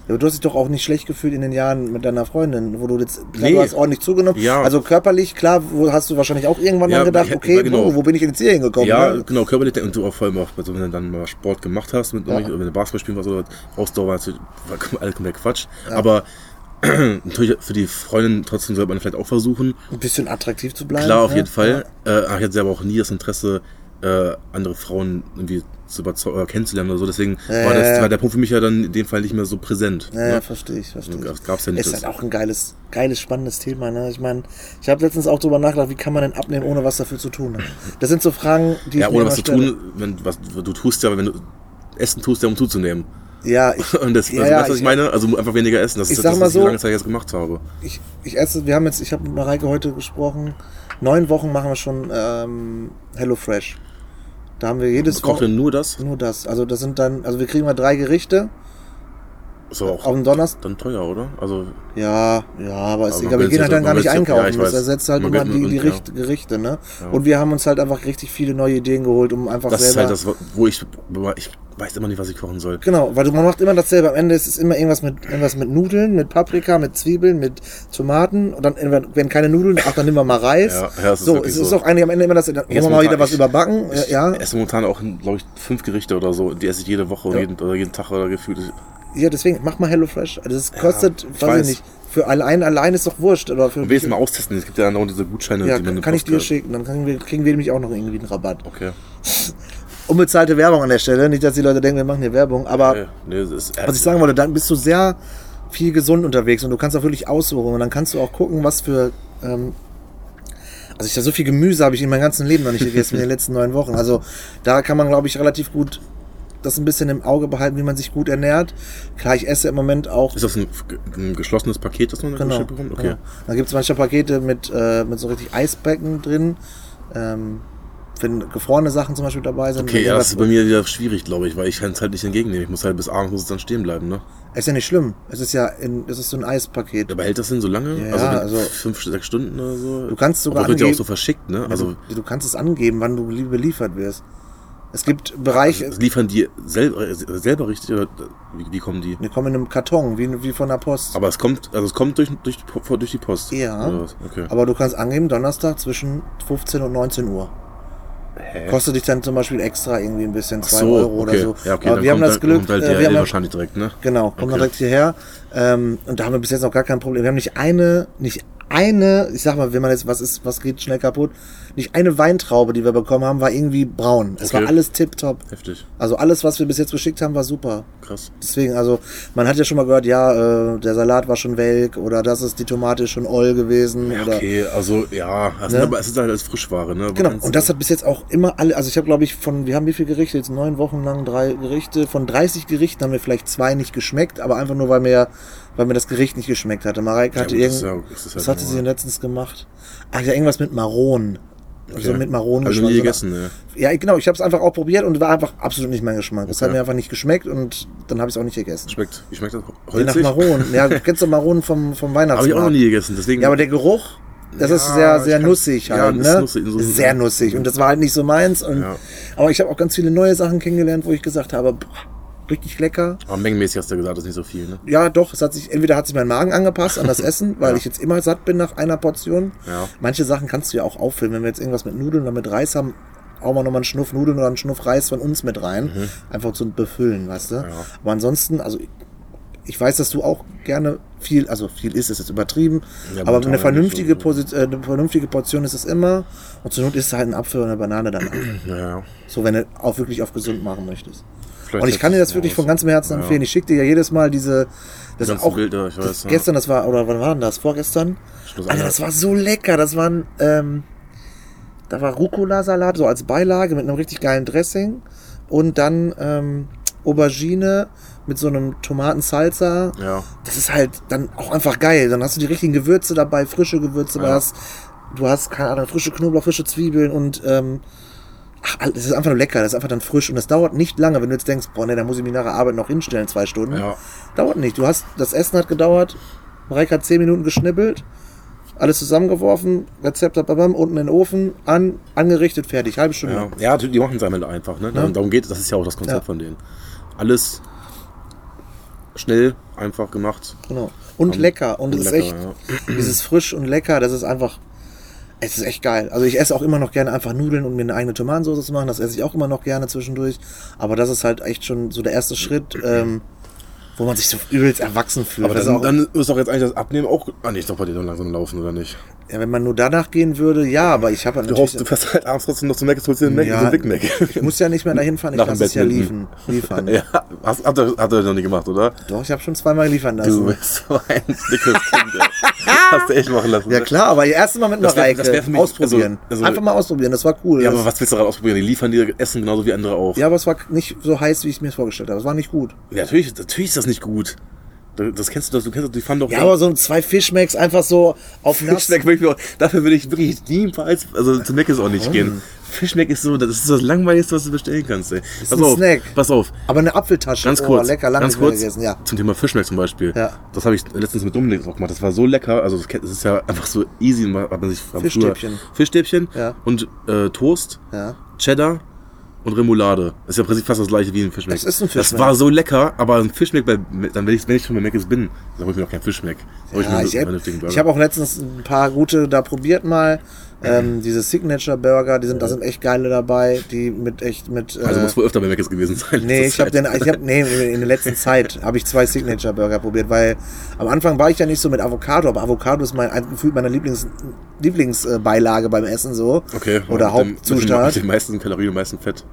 aber du hast dich doch auch nicht schlecht gefühlt in den Jahren mit deiner Freundin, wo du jetzt, klar,
Nee.
du hast ordentlich zugenommen.
Ja.
Also körperlich, klar, wo hast du wahrscheinlich auch irgendwann
Ja,
dann gedacht,
ich-
okay,
ja, genau.
wo, wo bin ich denn jetzt hier hingekommen?
Ja,
ne?
genau, körperlich und du auch vor allem auch, also wenn du dann mal Sport gemacht hast, mit irgendwelchen- wenn du Basketball spielen warst oder Ausdauer war natürlich war kom- alles komplett Quatsch. Aber natürlich für die Freundin trotzdem sollte man vielleicht auch versuchen.
Ein bisschen attraktiv zu bleiben.
Klar, auf
ne?
jeden Fall. Äh, aber ich hatte selber auch nie das Interesse, äh, andere Frauen irgendwie zu überzeugen, kennenzulernen oder so. Deswegen
Ja,
war,
ja,
das,
ja.
war der Punkt für mich ja dann in dem Fall nicht mehr so präsent.
Ja, ja,
ne?
verstehe ich, verstehe ich.
Das gab's ja nicht.
Ist halt
das-
auch ein geiles, geiles, spannendes Thema. Ne? Ich meine, ich habe letztens auch drüber nachgedacht, wie kann man denn abnehmen, ohne was dafür zu tun? ne? Das sind so Fragen, die ich
ja,
mir
ohne
immer
was zu
stelle.
tun, wenn, was, du tust ja, wenn du Essen tust, ja, um zuzunehmen.
Ja, ich,
Und das,
Ja,
also,
ja,
weißt du, was
ich-
ich meine? Also einfach weniger essen. Das
Ich
ist
sag
das,
mal
was
so-
ich lange Zeit jetzt gemacht habe.
ich, ich esse, wir haben jetzt, ich habe mit Mareike heute gesprochen, neun Wochen machen wir schon ähm, Hello Fresh. Da haben wir jedes
Kocht ihr nur das?
nur das. Also das sind dann, also wir kriegen mal drei Gerichte
Ist aber auch
auf dem Donnerstag.
dann teuer, oder? Also,
Ja, ja, aber ist
Aber
egal. Wir
man will's
gehen
ja
halt dann gar
so- man
nicht
will's ja-
einkaufen.
ja, ich
das
weiß.
ersetzt halt
Man
immer
geht-
die, die
und,
Richt- Gerichte, ne? Und wir haben uns halt einfach richtig viele neue Ideen geholt, um einfach
das ist
selber.
halt das, wo ich, wo ich weiß immer nicht, was ich kochen soll.
Genau, weil du, man macht immer dasselbe. Am Ende ist es immer irgendwas mit, irgendwas mit Nudeln, mit Paprika, mit Zwiebeln, mit Tomaten. Und dann, irgendwann- wenn keine Nudeln, ach, dann nehmen wir mal Reis.
Ja, ja, es ist
so,
wirklich
es ist
so.
doch eigentlich am Ende immer das, dann wollen wir mal
momentan-
wieder was
ich-
überbacken. Äh,
Ich
ja,
esse momentan auch, glaube ich, fünf Gerichte oder so. Die esse ich jede Woche
Ja.
jeden, oder jeden Tag oder gefühlt.
ja, deswegen, mach mal HelloFresh. Also Das kostet,
ich
weiß ich
weiß.
nicht, für allein, allein ist doch wurscht. Oder für,
Und wenigstens mal austesten. Es gibt ja auch diese Gutscheine,
ja,
die man
kann,
im
kann ich dir
Postcard-
schicken. Dann kriegen wir, kriegen wir nämlich auch noch irgendwie einen Rabatt.
Okay.
Unbezahlte Werbung an der Stelle. Nicht, dass die Leute denken, wir machen hier Werbung. Aber
Äh, nee, das ist,
was ich sagen wollte, dann bist du sehr viel gesund unterwegs und du kannst auch wirklich aussuchen und dann kannst du auch gucken, was für. Ähm, also ich so viel Gemüse habe ich in meinem ganzen Leben noch nicht gegessen in den letzten neun Wochen. Also da kann man, glaube ich, relativ gut das ein bisschen im Auge behalten, wie man sich gut ernährt. Klar, ich esse im Moment auch.
ist das ein, ein geschlossenes Paket, das man da
Genau.
geschickt bekommt? Okay.
genau. Da gibt es manchmal Pakete mit, äh, mit so richtig Eisbecken drin. Ähm, wenn gefrorene Sachen zum Beispiel dabei sind.
Okay,
wenn
ja, das ist
irgendwas-
bei mir wieder schwierig, glaube ich, weil ich kann es halt nicht entgegennehmen. Ich muss halt bis abends muss es dann stehen bleiben, ne?
ist ja nicht schlimm. Es ist ja in, es ist so ein Eispaket.
Aber hält das denn so lange?
Ja,
also, wenn-
also-
fünf, sechs Stunden oder so?
Du kannst sogar
Aber wird ja auch
angeben-
so verschickt, ne?
Also,
Also
du, du kannst es angeben, wann du li- beliefert wirst. Es gibt Bereiche,
Also liefern die selber, äh, selber richtig oder wie, wie kommen die?
die kommen in einem Karton, wie, wie von der Post. Aber,
Aber es kommt, also es kommt durch, durch, die Po- durch die Post.
Ja.
Oder was? Okay.
du kannst angeben, Donnerstag zwischen 15 und 19 Uhr.
Hä?
Kostet dich dann zum Beispiel extra irgendwie ein bisschen,
Ach
2
so,
Euro
okay.
oder so.
Ja, okay,
Aber
dann
wir haben
kommt
das
halt,
Glück,
kommt halt
äh,
DHL
wir haben das,
wahrscheinlich direkt, ne?
genau, kommen
Okay.
direkt hierher. Ähm, und da haben wir bis jetzt noch gar kein Problem. Wir haben nicht eine, nicht eine, ich sag mal, wenn man jetzt, was ist, was geht schnell kaputt, nicht eine Weintraube, die wir bekommen haben, war irgendwie braun. Es
Okay.
war alles tipptopp.
Heftig,
Also alles, was wir bis jetzt geschickt haben, war super.
krass.
Deswegen, also man hat ja schon mal gehört, ja, äh, der Salat war schon welk oder das ist die Tomate ist schon oll gewesen.
Ja,
oder,
okay, also ja, also,
Ne?
aber es ist halt als Frischware, ne? Aber
Genau,
kannst-
und das hat bis jetzt auch immer alle, also ich habe glaube ich von, wir haben wie viele Gerichte jetzt, neun Wochen lang drei Gerichte, von 30 Gerichten haben wir vielleicht zwei nicht geschmeckt, aber einfach nur, weil mir, weil mir das Gericht nicht geschmeckt hatte. Mareike
ja,
hatte
gut, das ist
irgend,
ja, das ist halt
was hatte sie denn
normal.
letztens gemacht? Ach ja, irgendwas mit Maronen. Also
Okay.
mit Maronen
Hab ich noch nie gegessen, ne?
Ja, genau, ich habe es einfach auch probiert und war einfach absolut nicht mein Geschmack. Es hat
Okay.
mir einfach nicht geschmeckt und dann habe ich es auch nicht gegessen.
Schmeckt, wie schmeckt das?
Je nach
Holzig?
Maronen. Ja, du kennst du Maronen vom, vom Weihnachtsmarkt?
Habe ich auch noch nie gegessen, deswegen.
Ja, aber der Geruch, das
Ja,
ist sehr, sehr
ich kann-
nussig
ja,
halt,
das ist
ne?
nussig, so-
Ist sehr nussig. Und das war halt nicht so meins. Und,
Ja.
Aber ich habe auch ganz viele neue Sachen kennengelernt, wo ich gesagt habe, boah, richtig lecker.
aber Oh, mengenmäßig hast du gesagt, das ist nicht so viel, ne?
Ja, doch, es hat sich, entweder hat sich mein Magen angepasst an das Essen, weil
Ja.
ich jetzt immer satt bin nach einer Portion.
Ja.
Manche Sachen kannst du ja auch auffüllen. Wenn wir jetzt irgendwas mit Nudeln oder mit Reis haben, hauen wir nochmal einen Schnuff Nudeln oder einen Schnuff Reis von uns mit rein.
Mhm.
Einfach zum Befüllen, weißt du? Aber ansonsten, also ich weiß, dass du auch gerne viel, also viel isst, ist jetzt übertrieben,
Ja,
aber
gut,
eine
aber
vernünftige,
nicht so,
Posi- äh, eine vernünftige Portion ist es immer. Und zur Not isst du halt einen Apfel oder eine Banane danach.
Ja, ja.
so, wenn du auch wirklich auf gesund machen möchtest.
Vielleicht
Und ich kann dir das wirklich von ganzem Herzen
Ja.
empfehlen. Ich schicke dir ja jedes Mal diese. Das
ganzen
auch
Bilder, ich
das,
weiß, ja.
gestern, das war oder wann war denn das? Vorgestern.
Schluss
Alter,
einer-
das war so lecker. Das waren ähm, da war Rucola-Salat so als Beilage mit einem richtig geilen Dressing und dann ähm, Aubergine mit so einem Tomatensalsa.
Ja.
Das ist halt dann auch einfach geil. Dann hast du die richtigen Gewürze dabei, frische Gewürze. Du
Ja.
hast, du hast keine Ahnung, frische Knoblauch, frische Zwiebeln und ähm, Ach, das ist einfach nur lecker, das ist einfach dann frisch und das dauert nicht lange, wenn du jetzt denkst, boah, ne, da muss ich mich nach der Arbeit noch hinstellen, zwei Stunden.
Ja.
Dauert nicht. Du hast, das Essen hat gedauert, Mareike hat zehn Minuten geschnippelt, alles zusammengeworfen, Rezept, babam, unten in den Ofen, an, angerichtet, fertig, halbe Stunde.
Ja, ja die halt die machen es einmal einfach. Ne? Darum, darum geht es. Das ist ja auch das Konzept
Ja.
von denen. Alles schnell, einfach gemacht.
Genau. Und
Ähm,
lecker. Und es ist
lecker,
echt, dieses frisch und lecker, das ist einfach, es ist echt geil. Also ich esse auch immer noch gerne einfach Nudeln und mir eine eigene Tomatensauce zu machen. Das esse ich auch immer noch gerne zwischendurch. Aber das ist halt echt schon so der erste Schritt, ähm, wo man sich so übelst erwachsen fühlt.
Aber
Das
dann,
ist auch,
dann ist doch jetzt eigentlich das Abnehmen auch. Ah, nee, ist doch bei dir dann langsam laufen, oder nicht?
ja, wenn man nur danach gehen würde, ja, aber ich habe
Du
natürlich,
hoffst, du fährst halt abends trotzdem noch zum Mac, jetzt holst dir einen Mac,
Ja.
so einen Big Mac.
ich muss ja nicht mehr dahin fahren, ich
Nach dem
lasse es ja
Badminton.
liefen, liefern.
Ja, hast, hat, er, hat er noch nie gemacht, oder?
Doch, ich habe schon zweimal liefern
Du
lassen.
bist so ein dickes Kind, ey. Hast du echt machen lassen.
Ja
ne?
klar, aber erstes Mal mit
Das wär-
Mareike
das wär für mich-
ausprobieren.
also- also-
Einfach mal ausprobieren, das war cool.
Ja,
Das-
aber was willst du gerade ausprobieren? Die liefern dir Essen genauso wie andere auch.
ja, aber es war nicht so heiß, wie ich es mir vorgestellt habe. Es war nicht gut.
Ja, natürlich, natürlich ist das nicht gut. Das das kennst du doch, du kennst doch, die fanden doch.
Ja, aber so ein zwei Fischmecks einfach so auf Nass.
Fischmeck will ich mir auch, dafür würde ich wirklich niemals, also zu Mac ist auch nicht gehen. Fischmeck ist so, das ist das Langweiligste, was du bestellen kannst, ey. Pass
ein
auf,
Snack.
pass auf.
Aber eine Apfeltasche.
Ganz
oh,
kurz,
lecker, lange
ganz
nicht mehr
kurz
gegessen, ja.
zum Thema Fischmeck zum Beispiel.
Ja.
Das habe ich letztens mit Dominik auch gemacht. Das war so lecker. Also das kennt- das ist ja einfach so easy. man- Hat man sich früher-
Fischstäbchen.
Fischstäbchen
Ja.
und äh, Toast,
Ja.
Cheddar und Remoulade. Das ist ja im Prinzip fast das gleiche wie ein Fischmeck.
Es ist ein
Das
Fischmeck.
war so lecker, aber ein Fischmeck, bei, dann wenn ich, wenn ich schon bei Mc's bin, dann hole ich mir auch keinen Fischmeck. Dann hol
ja
mir
Ah, ich
einen
hab-
vernünftigen
ich
Burger. Mhm.
habe auch letztens ein paar gute da probiert mal. Ähm, diese Signature Burger, die sind, da sind echt geile dabei, die mit echt mit. Äh,
also muss wohl öfter bei Mc's gewesen sein.
Nee, ich habe den, ich hab, nee, in der letzten Zeit habe ich zwei Signature Burger probiert, weil am Anfang war ich ja nicht so mit Avocado, aber Avocado ist mein gefühlt meine Lieblings Lieblingsbeilage beim Essen so
Okay.
oder
mit dem- Mit
Hauptzustand.
den meisten Kalorien und meisten Fett.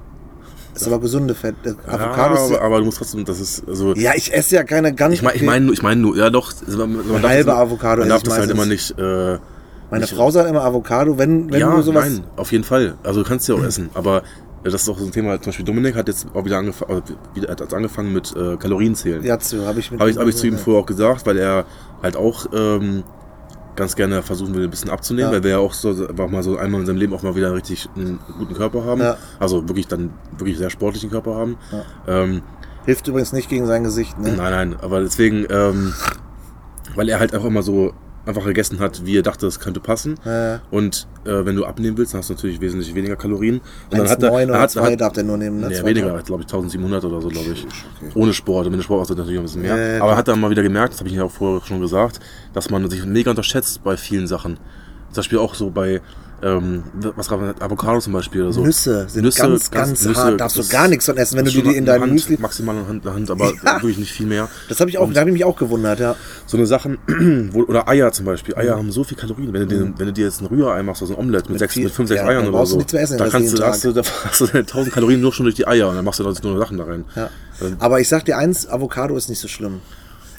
Ist aber gesunde Fett. äh, Avocado
Ja,
ist
aber, aber du musst trotzdem, das ist, also,
ja, ich esse ja keine ganz.
Ich meine, ich meine, ich meine, nur- ja doch, also man, man darf
halbe
das,
Avocado esse
Man darf
ich
das halt
meistens.
immer nicht. Äh,
Meine
nicht-
Frau sagt immer Avocado, wenn, wenn
ja,
du sowas.
nein, auf jeden Fall. Also du kannst ja auch essen, aber äh, das ist auch so ein Thema. Zum Beispiel Dominik hat jetzt auch wieder angefangen, wieder hat angefangen mit äh, Kalorienzählen.
Ja, zu, habe ich mit.
Habe ich, hab ich zu ihm vorher auch gesagt, weil er halt auch ähm, ganz gerne versuchen will, ein bisschen abzunehmen,
Ja.
weil wir ja auch so einfach mal so einmal in seinem Leben auch mal wieder richtig einen guten Körper haben.
Ja.
Also wirklich dann wirklich sehr sportlichen Körper haben. Ähm,
Hilft übrigens nicht gegen sein Gesicht, ne?
Nein, nein, aber deswegen, ähm, weil er halt auch immer so einfach gegessen hat, wie er dachte, es könnte passen.
Äh,
Und äh, wenn du abnehmen willst, dann hast du natürlich wesentlich weniger Kalorien. Und dann hat er,
1,9
er
oder
hat,
2
hat,
darf der nur nehmen, ne?
nee,
Zwei
weniger,
Gramm.
glaube ich, 1700 oder so, glaube ich. Ohne Sport. Und wenn du Sport machst, dann natürlich ein bisschen mehr.
Ja, ja,
aber er hat dann mal wieder gemerkt, das habe ich ja auch vorher schon gesagt, dass man sich mega unterschätzt bei vielen Sachen. Zum Beispiel auch so bei, ähm, was gab es, Avocado zum Beispiel oder so.
Nüsse sind ganz, ganz hart. Darfst du
das-
gar nichts von essen, wenn du
das
die,
schon
in
eine
deinem
Hand,
Müsli.
Maximal eine Hand, eine Hand aber
Ja.
wirklich nicht viel mehr.
Das habe ich auch, da habe ich mich auch gewundert, ja.
So eine Sachen, wo, oder Eier zum Beispiel. Eier
Mhm.
haben so viel Kalorien. Wenn du, dir, wenn du dir jetzt ein Rührei machst, also ein Omelett mit, sechs,
viel-
mit fünf, sechs
ja, dann
Eiern oder
brauchst du
so,
nichts mehr essen,
da
das
kannst
jeden
du, da hast du, da hast du deine 1000 Kalorien nur schon durch die Eier und dann machst du dann nur Sachen da rein. Ähm,
ja. Aber ich sag dir eins, Avocado ist nicht so schlimm.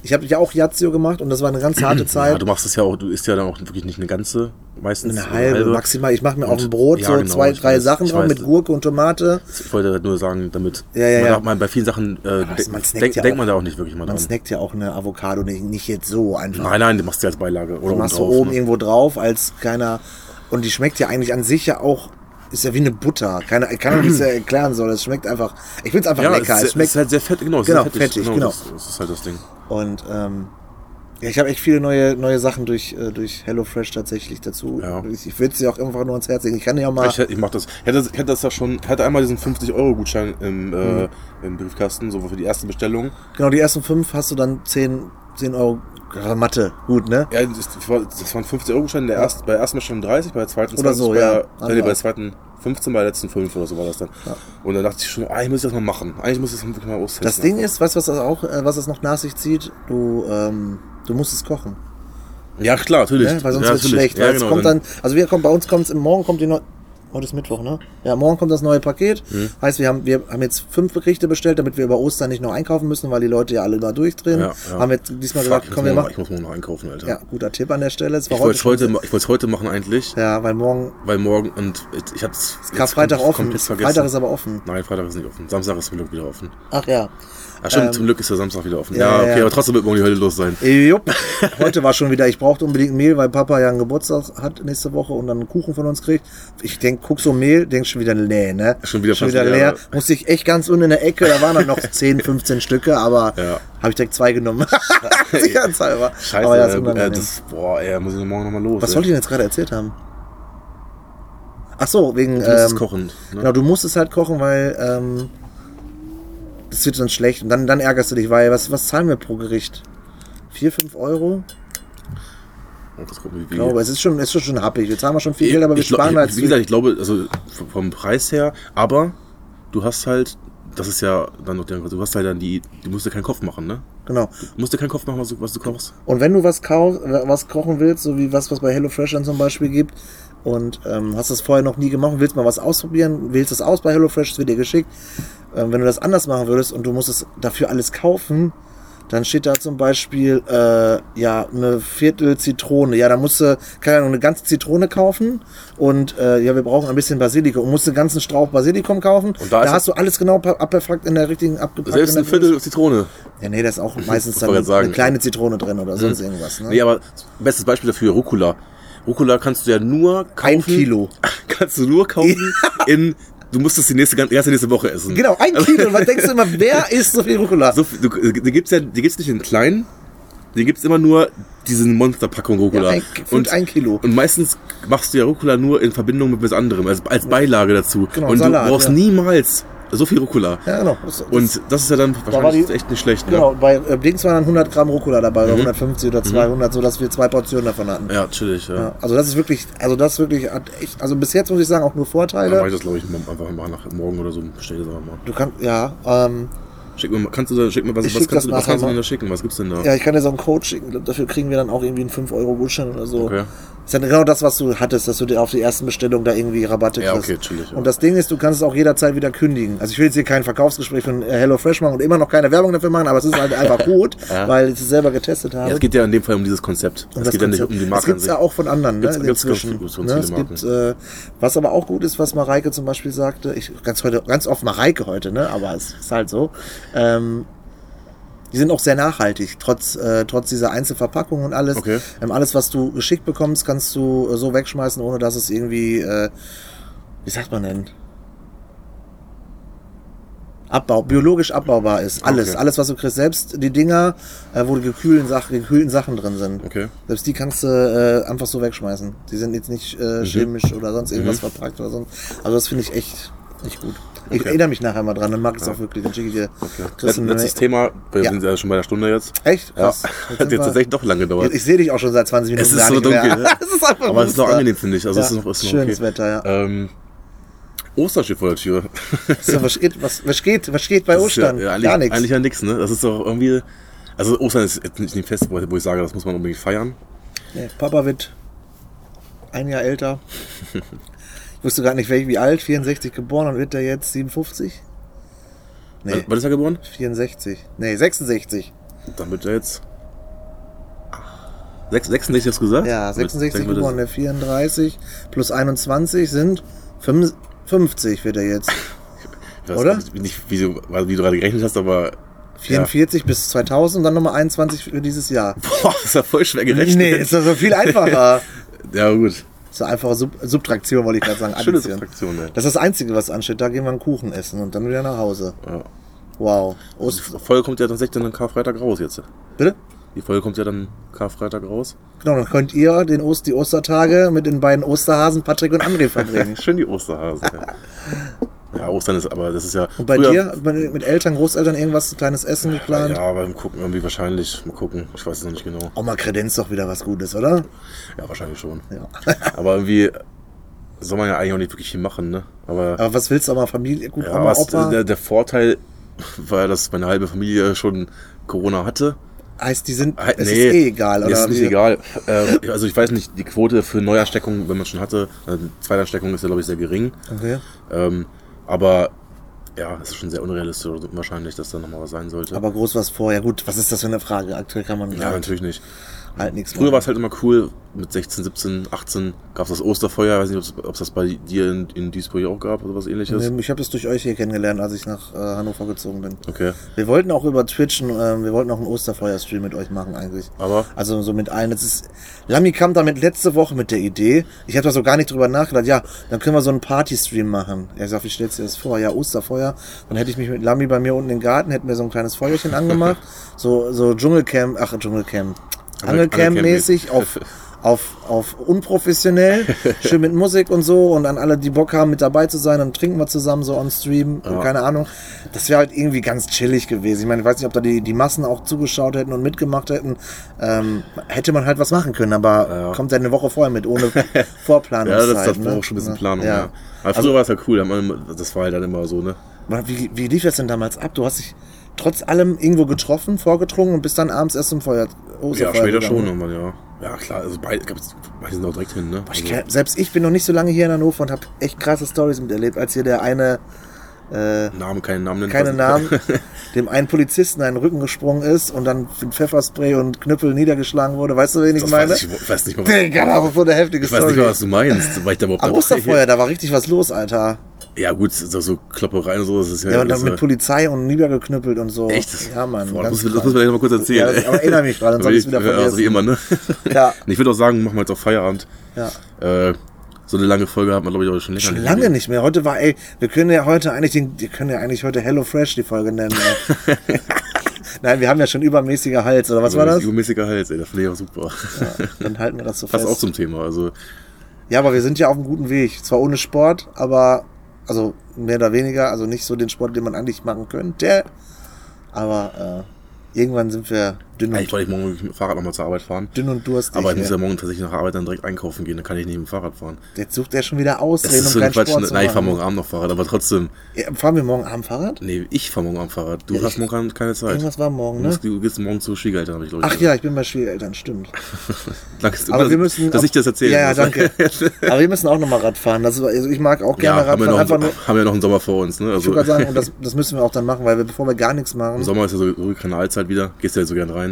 Ich habe ja auch Yazio gemacht und das war eine ganz harte
Ja,
Zeit.
du machst es ja auch, du isst ja dann auch wirklich nicht eine ganze, meistens
eine halbe, maximal. Ich mache mir auf
Und-
ein Brot
ja,
so
genau,
zwei,
ich
drei
weiß,
Sachen
ich
drauf
weiß.
mit Gurke und Tomate.
Ich wollte halt nur sagen, damit
Ja, ja,
man
ja.
darf man bei vielen Sachen äh,
das-
denk-
man snackt
denkt
ja
denkt
auch.
man da auch nicht wirklich mal
Man
dran.
snackt ja auch eine Avocado nicht, nicht jetzt so einfach.
Nein, nein, du machst sie als Beilage oder
machst du
obendrauf,
oben
ne?
irgendwo drauf als keiner. Und die schmeckt ja eigentlich an sich ja auch, ist ja wie eine Butter. Keine, keine Ahnung, wie ich es erklären soll. Es schmeckt einfach, ich find's einfach lecker.
Es,
Es,
ist- es
schmeckt.
ist halt sehr fett, genau. es ist
Genau,
sehr
fettig, genau.
Das, das ist halt das Ding.
und ähm, ja, ich habe echt viele neue, neue Sachen durch, äh, durch HelloFresh tatsächlich dazu.
Ja.
Ich, ich würde sie auch einfach nur ans Herz legen. Ich kann ja auch mal.
Ich, hätte- ich mach das. Ich hätte, ich hätte das ja schon. Ich hatte einmal diesen 50-Euro-Gutschein im,
Mhm.
äh, im Briefkasten, so für die erste Bestellung.
Genau, die ersten fünf hast du dann 10, 10 Euro ja, Mathe. Gut, ne?
Ja, das, das war- das waren 50-Euro-Gutschein. Der erst, bei der ersten Bestellung 30, bei der zweiten
Oder so,
bei, der-
ja.
Nee, bei der zweiten 15, bei der letzten 5 oder so war das dann.
Ja.
Und dann dachte ich schon, eigentlich muss ich das mal machen. Eigentlich muss ich das wirklich mal austesten.
Das Ding ist, weißt du, was das auch, äh, was das noch nach sich zieht? Du, ähm, du musst es kochen.
Ja, klar, natürlich.
Ne? Weil sonst
ja,
wird's
natürlich.
schlecht.
Ja,
weil
genau,
es kommt dann, also wir kommen bei uns kommt's morgen kommt die neue. Heute ist Mittwoch, ne? Ja, morgen kommt das neue Paket.
Mhm.
Heißt, wir haben, wir haben jetzt fünf Gerichte bestellt, damit wir über Ostern nicht noch einkaufen müssen, weil die Leute ja alle immer durchdrehen.
Ja, ja.
Haben wir jetzt diesmal
Fuck,
gesagt,
ich
komm,
muss
wir
morgen-
machen.
Ich muss morgen noch einkaufen, Alter.
Ja, guter Tipp an der Stelle. Es war
Ich wollte es heute,
schon-
ma- ich wollte es heute machen, eigentlich.
Ja, weil morgen
Weil morgen und ich- ich hab's. jetzt
Karfreitag
komplett
offen. Ist,
vergessen.
Freitag ist aber offen.
Nein, Freitag ist nicht offen. Samstag ist zum Glück wieder offen.
Ach ja.
Ach stimmt,
Ähm,
zum Glück ist der Samstag wieder offen.
ja,
Ja,
ja,
okay,
ja.
aber trotzdem wird morgen die Hölle los sein.
Jupp. Heute war schon wieder, ich brauchte unbedingt Mehl, weil Papa ja einen Geburtstag hat nächste Woche und dann einen Kuchen von uns kriegt. Ich denk, guck so Mehl, denk schon wieder, nee, ne?
Schon wieder
schon
fast
wieder
leer,
leer.
ne?
Musste ich echt ganz unten in der Ecke, da waren dann noch 10, 15 Stücke, aber
Ja.
habe ich direkt zwei genommen. Sicherheitshalber.
Scheiße,
aber ja, ist
äh, äh,
unangenehm.
das, boah, ey, muss ich morgen nochmal los.
Was
ey.
wollte ich denn jetzt gerade erzählt haben? Ach so, wegen.
Du musst es
ähm,
kochen. Ne?
Genau, du musst es halt kochen, weil ähm, Das wird dann schlecht und dann, dann ärgerst du dich, weil was, was zahlen wir pro Gericht? 4, 5 Euro?
Das kommt mir
Ich glaube, es ist schon, es ist schon happig. Jetzt haben wir schon viel Geld, aber wir
Ich glaub-
sparen
ich,
halt
Wie
viel.
gesagt, ich glaube, also v- vom Preis her, aber du hast halt, das ist ja dann noch der, du hast halt dann die, du musst dir keinen Kopf machen, ne?
Genau.
Du musst dir keinen Kopf machen, was du, was du kochst.
Und wenn du was, kau- was kochen willst, so wie was, was bei HelloFresh dann zum Beispiel gibt, und ähm, hast das vorher noch nie gemacht, willst mal was ausprobieren, wählst es aus bei HelloFresh, es wird dir geschickt. Ähm, wenn du das anders machen würdest und du musst es dafür alles kaufen, dann steht da zum Beispiel äh, ja eine Viertel Zitrone. Ja, da musst du keine Ahnung eine ganze Zitrone kaufen und äh, ja, wir brauchen ein bisschen Basilikum und musst den ganzen Strauch Basilikum kaufen.
Und da
da
ist-
hast du alles genau pa- abgepackt in der richtigen abgepackt.
Selbst
in
ein
der
Viertel Zitrone.
Ja, nee, da ist auch meistens
Ich
dann
wollte
eine
gerade sagen.
kleine Zitrone drin oder sonst irgendwas. Ne?
Nee, aber bestes Beispiel dafür, Rucola. Rucola kannst du ja nur kaufen.
Ein Kilo.
Kannst du nur kaufen in, du musst es die nächste, gan- erst die nächste Woche essen. Also,
Genau, ein Kilo. Und was denkst du immer, wer isst so viel Rucola?
So, viel- du, die gibt's ja, die gibt's nicht in kleinen, die gibt's immer nur diesen Monsterpackung
Ja,
Rucola.
ein- Pfund, ein Kilo.
Und meistens machst du ja Rucola nur in Verbindung mit was anderem, als, als Beilage dazu.
Genau,
und
Salat,
du brauchst
ja.
niemals so viel Rucola.
Ja, genau. Das, das,
Und das ist ja dann
war
wahrscheinlich
die-
echt nicht schlecht. ne?
genau, bei äh, Dings waren dann 100 Gramm Rucola dabei, oder 150 oder 200, so dass wir zwei Portionen davon hatten.
Ne? Mhm. Ja, chillig. Ja.
Ja, also das ist wirklich, also das wirklich hat echt, also bis jetzt muss ich sagen, auch nur
Dann mach ich
Vorteile.
das, glaube ich, mal- einfach mal nach morgen oder so. Bestell das einfach mal.
Du kannst, ja, ähm,
Schick mir, mal- kannst du da, schick mir was,
Ich
was,
schick das
kannst du, was
nachher
kannst du
mal.
denn da schicken? Was gibt's denn da?
ja, ich kann dir so einen Code schicken. Ich glaub, dafür kriegen wir dann auch irgendwie einen 5-Euro-Gutschein oder so.
Okay.
Ist dann genau das, was du hattest, dass du dir auf die ersten Bestellungen da irgendwie Rabatte
Ja,
kriegst.
okay, chillig, ja.
Und das Ding ist, du kannst es auch jederzeit wieder kündigen. Also ich will jetzt hier kein Verkaufsgespräch von äh, HelloFresh machen und immer noch keine Werbung dafür machen, aber es ist halt einfach gut, weil ich es selber getestet habe.
Ja, es geht ja in dem Fall um dieses Konzept.
also Und
Es geht ja nicht um die
Das
Marke an
gibt's
sich.
ja auch von anderen, ne?
Gibt's- gibt's ganz-
inzwischen.
gibt's ganz
ne? Es
viele Marken.
gibt, äh, was aber auch gut ist, was Mareike zum Beispiel sagte, ich ganz heute, ganz oft Mareike heute, ne? Aber es ist halt so. Ähm, die sind auch sehr nachhaltig, trotz, äh, trotz dieser Einzelverpackung und alles.
Okay.
Ähm, alles, was du geschickt bekommst, kannst du äh, so wegschmeißen, ohne dass es irgendwie, äh, wie sagt man denn? Abbau, biologisch abbaubar ist. Alles,
Okay.
alles, was du kriegst. Selbst die Dinger, äh, wo die gekühlten Sachen, gekühlten Sachen drin sind.
Okay.
Selbst die kannst du äh, einfach so wegschmeißen. Die sind jetzt nicht
Mhm.
äh, chemisch oder sonst irgendwas verpackt oder sonst. Also das finde ich echt nicht gut. Ich
Okay.
erinnere mich nachher mal dran, dann mag ich es auch wirklich. Dann schicke ich dir
Let,
Christian
letztes Thema, wir
Ja.
sind ja schon bei der Stunde jetzt.
Echt?
Ja,
Krass. Jetzt
hat
sind
jetzt
wir-
tatsächlich doch lang gedauert.
Ich, ich sehe dich auch schon seit 20 Minuten.
Es ist
gar
so
nicht
dunkel,
Mehr.
ne?
es ist einfach
Aber es ist noch
Muster.
angenehm, finde ich. Also es
Ja,
ist noch, ist noch
schönes
okay.
Wetter, ja.
Ähm, Osterschiff vor der Tür.
So, was, geht, was, was, geht, was geht bei
Das ist ja-
Ostern?
Ja, eigentlich,
Gar nichts.
Eigentlich ja nichts, ne? Das ist doch irgendwie. Also Ostern ist jetzt nicht ein Fest, wo wo ich sage, das muss man unbedingt feiern.
Nee, Papa wird ein Jahr älter. Ich wusste gar nicht, wel- wie alt, 64 geboren und wird er jetzt 57? Nee,
Wann- Wann ist er geboren?
64. Nee, 66.
Dann wird er jetzt. Sechs- 66 hast du gesagt?
Ja,
Mit-
66
denken wir,
geboren,
das-
der 34 plus 21 sind 55 wird er jetzt.
Ich weiß
oder?
Nicht, nicht, wie, du, wie du gerade gerechnet hast, aber.
44 bis 2000 und dann nochmal 21 für dieses Jahr.
Boah, das ist ja voll schwer gerechnet.
Nee, ist doch so viel einfacher.
ja, gut.
So einfache Sub Subtraktion, wollte ich gerade sagen.
Schöne
Addition.
Subtraktion, ne?
Das ist das Einzige, was ansteht. Da gehen wir einen Kuchen essen und dann wieder nach Hause.
Ja.
Wow.
Die
Ost
Folge kommt ja tatsächlich dann am Karfreitag raus jetzt.
Bitte?
Die Folge kommt ja dann Karfreitag raus.
Genau, dann könnt ihr den Ost die Ostertage mit den beiden Osterhasen Patrick und André verbringen.
Schön die Osterhasen. ja. ja, Ostern ist aber, das ist ja.
Und bei dir, bei- mit Eltern, Großeltern irgendwas, ein kleines Essen geplant?
Ja, beim Gucken irgendwie wahrscheinlich. Mal gucken. Ich weiß es noch nicht genau.
Auch mal Kredenz doch wieder was Gutes, oder?
Ja, wahrscheinlich schon.
Ja.
Aber irgendwie soll man ja eigentlich auch nicht wirklich viel machen, ne? Aber,
Aber was willst du auch mal Familie? Gut,
ja,
Oma,
was, äh,
Opa.
der, der Vorteil war, dass meine halbe Familie schon Corona hatte.
heißt, die sind,
Halt,
es
nee,
ist eh egal,
nee,
oder?
Es ist nicht
wie?
egal. Ähm, also ich weiß nicht, die Quote für Neuersteckungen, wenn man schon hatte, äh, Zweitersteckung ist ja glaube ich sehr gering.
Okay.
Ähm, aber ja, es ist schon sehr unrealistisch und wahrscheinlich, dass da nochmal was sein sollte.
Aber groß was vorher. Gut, was ist das für eine Frage? Aktuell kann man
ja,
halt,
natürlich nicht.
halt nichts
Früher war
machen.
es halt immer cool, mit 16, 17, 18 gab es das Osterfeuer, weiß nicht, ob es das bei dir in, in Duisburg auch gab oder was ähnliches.
Ähm, Ich habe das durch euch hier kennengelernt, als ich nach äh, Hannover gezogen bin.
Okay.
Wir wollten auch über Twitch, ähm, wir wollten auch einen Osterfeuer-Stream mit euch machen eigentlich.
Aber?
Also so mit allen. Das ist, Lami kam damit letzte Woche mit der Idee. Ich habe da so gar nicht drüber nachgedacht. Ja, dann können wir so einen Party-Stream machen. Er sagt, wie stellst du dir das vor? Ja, Osterfeuer. Dann hätte ich mich mit Lami bei mir unten im Garten, hätten wir so ein kleines Feuerchen angemacht. so, so Dschungelcamp, ach Dschungelcamp.
Angel-
Angelcamp-mäßig auf, auf, auf unprofessionell, schön mit Musik und so und an alle, die Bock haben, mit dabei zu sein, dann trinken wir zusammen so on Stream und
Ja.
keine Ahnung. Das wäre halt irgendwie ganz chillig gewesen. Ich meine, ich weiß nicht, ob da die, die Massen auch zugeschaut hätten und mitgemacht hätten. Ähm, hätte man halt was machen können, aber
Ja.
kommt ja eine Woche vorher mit, ohne ne? Vorplanung.
Ja, das, das braucht schon ein bisschen Planung. Ja. Aber
Also-
früher war es ja cool, haben alle- das war halt dann immer so, ne?
Mann, Wie, wie lief das denn damals ab? Du hast dich trotz allem irgendwo getroffen, vorgetrunken und bist dann abends erst zum Feuer. oh, zum
Ja,
Feuer
später
gegangen.
schon nochmal, ja. Ja, klar, also beide, gab's- beide sind auch direkt hin, ne?
Ich
Also-
kenn, selbst ich bin noch nicht so lange hier in Hannover und habe echt krasse Stories miterlebt, als hier der eine, äh,
Namen, keinen Namen nennen.
keine
weiß
Namen,
nicht.
dem einen Polizisten einen Rücken gesprungen ist und dann mit Pfefferspray und Knüppel niedergeschlagen wurde. Weißt du, wen ich
Das
meine?
Weiß ich, ich weiß nicht mal, was,
Digga, das war eine heftige
ich weiß nicht
Story.
mal, was du meinst. Weil ich da überhaupt
Am
dabei-
Osterfeuer, da war richtig was los, Alter.
Ja, gut, so, so Kloppereien und so, das ist ja.
Ja, und
das
dann mit
ist ja-
Polizei und niedergeknüppelt und so.
Echt?
Ja, Mann.
Boah, das,
ganz
muss, das
krass.
muss man gleich mal kurz erzählen.
Ja, das- aber erinnere mich gerade, sonst hab ich's wieder
Also
vergessen.
wie immer, ne?
Ja.
Und ich würde auch sagen, machen wir jetzt auch Feierabend.
Ja.
Äh, so eine lange Folge hat man, glaube ich, auch schon länger
Schon
nicht
lange
gesehen.
nicht mehr. Heute war, ey, wir können ja heute eigentlich den, wir können ja eigentlich heute Hello Fresh die Folge nennen. ey. Nein, wir haben ja schon übermäßiger Hals, oder was war das?
Übermäßiger Hals, ey, das finde ich auch super.
Dann halten wir das so
Passt auch
fest.
zum Thema. Also,
Ja, aber wir sind ja auf einem guten Weg. Zwar ohne Sport, aber, also mehr oder weniger, also nicht so den Sport, den man eigentlich machen könnte. Aber äh, irgendwann sind wir dünn
eigentlich
und,
wollte ich morgen mit dem Fahrrad nochmal zur Arbeit fahren.
dünn und durstig.
Aber ich muss
ey.
ja morgen tatsächlich nach der Arbeit dann direkt einkaufen gehen, dann kann ich nicht mit dem Fahrrad fahren.
Jetzt sucht er schon wieder
Das
Ausreden,
ist so
um
eine
keinen Sport
Quatsch. ne?
zu machen.
Nein, ich fahre morgen Abend noch Fahrrad, aber trotzdem.
Ja, fahren wir morgen Abend Fahrrad?
Nee, ich fahre morgen Abend Fahrrad. Du
Ja, ich-
hast morgen keine Zeit.
Irgendwas war morgen,
Du
ne?
musst- Du gehst morgen zu Schwiegereltern, habe ich glaube ich.
Ach ja, ich bin bei Schwiegereltern, stimmt.
Danke,
Aber
dass-
wir müssen.
Dass ich das erzähle.
Ja, ja, danke. Aber wir müssen auch nochmal Radfahren. Das ist, also ich mag auch gerne
Ja, haben, wir
Radfahren.
noch, also-
Einfach nur,
haben wir noch einen Sommer vor uns, ne?
ich wollte gerade
Also,
sagen, und das, das müssen wir auch dann machen, weil wir, bevor wir gar nichts
Im
machen.
Sommer ist ja so so Kanalzeit wieder. Gehst ja so gern rein.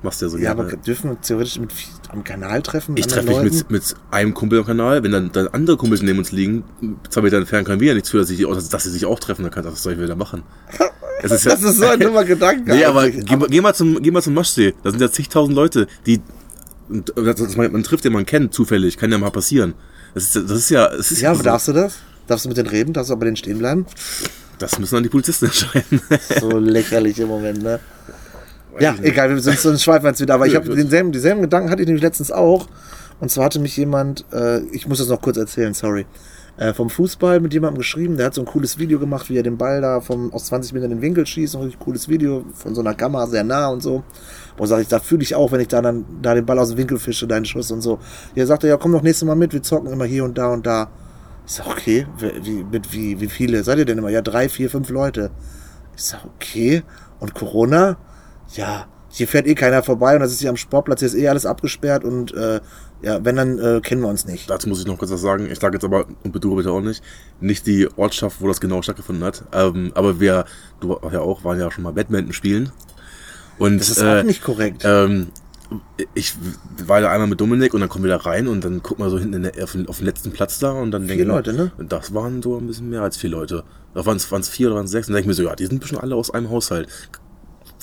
Machst ja so
Ja,
gerne.
aber dürfen wir theoretisch mit, viel- am Kanal treffen? Mit
ich treffe
anderen
mich
Leuten?
mit, mit einem Kumpel am Kanal. Wenn dann, dann andere Kumpels neben uns liegen, zwei Meter entfernt, können wir ja nichts für, dass, ich, die- dass, dass sie sich auch treffen. Dann kann, was soll ich wieder machen? Es ist ja-
Das ist so ein dummer Gedanke.
Nee, aber
eigentlich.
geh, mal- geh, mal zum, geh mal zum Maschsee. Da sind ja zigtausend Leute, die. und das- das- Man, man trifft den man kennt, zufällig. Kann ja mal passieren. Das ist, das ist ja. Das, ist
ja, aber
so.
darfst du das? Darfst du mit denen reden? Darfst du bei denen stehen bleiben?
das müssen dann die Polizisten entscheiden.
So lächerlich im Moment, ne? Ja,
ich nicht.
egal, wir sind so ein Schweifen jetzt wieder. Aber ich
Ja,
habe
gut.
denselben, dieselben Gedanken hatte ich nämlich letztens auch. Und zwar hatte mich jemand, äh, ich muss das noch kurz erzählen, sorry, äh, vom Fußball mit jemandem geschrieben. Der hat so ein cooles Video gemacht, wie er den Ball da vom, aus 20 Metern in den Winkel schießt. Ein richtig cooles Video von so einer Gamma, sehr nah und so. Boah, sag ich, da fühle ich auch, wenn ich da dann da den Ball aus dem Winkel fische, deinen Schuss und so. Ja, sagt er, ja, komm doch nächstes Mal mit, wir zocken immer hier und da und da. Ich sag, okay, wer- wie, mit wie, wie viele seid ihr denn immer? Ja, drei, vier, fünf Leute. Ich sag, okay. Und Corona? Ja, hier fährt eh keiner vorbei und das ist hier am Sportplatz, hier ist eh alles abgesperrt und äh, ja, wenn, dann äh, kennen wir uns nicht.
Dazu muss ich noch kurz was sagen. Ich sage jetzt aber, und bedauere bitte auch nicht, nicht die Ortschaft, wo das genau stattgefunden hat. Ähm, aber wir, du warst ja auch, waren ja schon mal Badminton spielen. Und,
Das ist
äh,
auch nicht korrekt.
Ähm, ich war da einmal mit Dominik und dann kommen wir da rein und dann gucken wir so hinten in der, auf, den, auf den letzten Platz da und dann denke ich mir,
Leute, ne?
Und das waren so ein bisschen mehr als vier Leute. Da waren es vier oder waren es sechs. Und dann denke ich mir so, ja, die sind bestimmt alle aus einem Haushalt.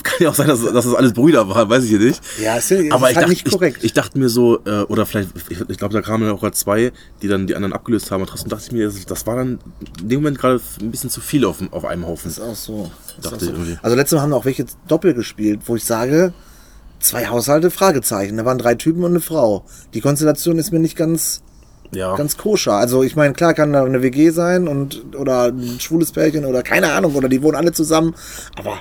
Kann ja auch sein, dass, dass das alles Brüder waren, weiß ich ja nicht.
ja, es ist,
Aber
es
ich
ist halt
dachte,
nicht korrekt.
ich, ich dachte mir so, äh, oder vielleicht, ich, ich glaube, da kamen dann auch gerade zwei, die dann die anderen abgelöst haben. Und trotzdem dachte ich mir, das, das war dann in dem Moment gerade ein bisschen zu viel auf, auf einem Haufen.
ist auch so. Ist
Dachte
auch so.
ich irgendwie.
Also letztes Mal haben auch welche doppelt gespielt, wo ich sage, zwei Haushalte, Fragezeichen. Da waren drei Typen und eine Frau. Die Konstellation ist mir nicht ganz
Ja.
ganz koscher. Also ich meine, klar kann da eine WG sein und oder ein schwules Pärchen oder keine Ahnung oder die wohnen alle zusammen, aber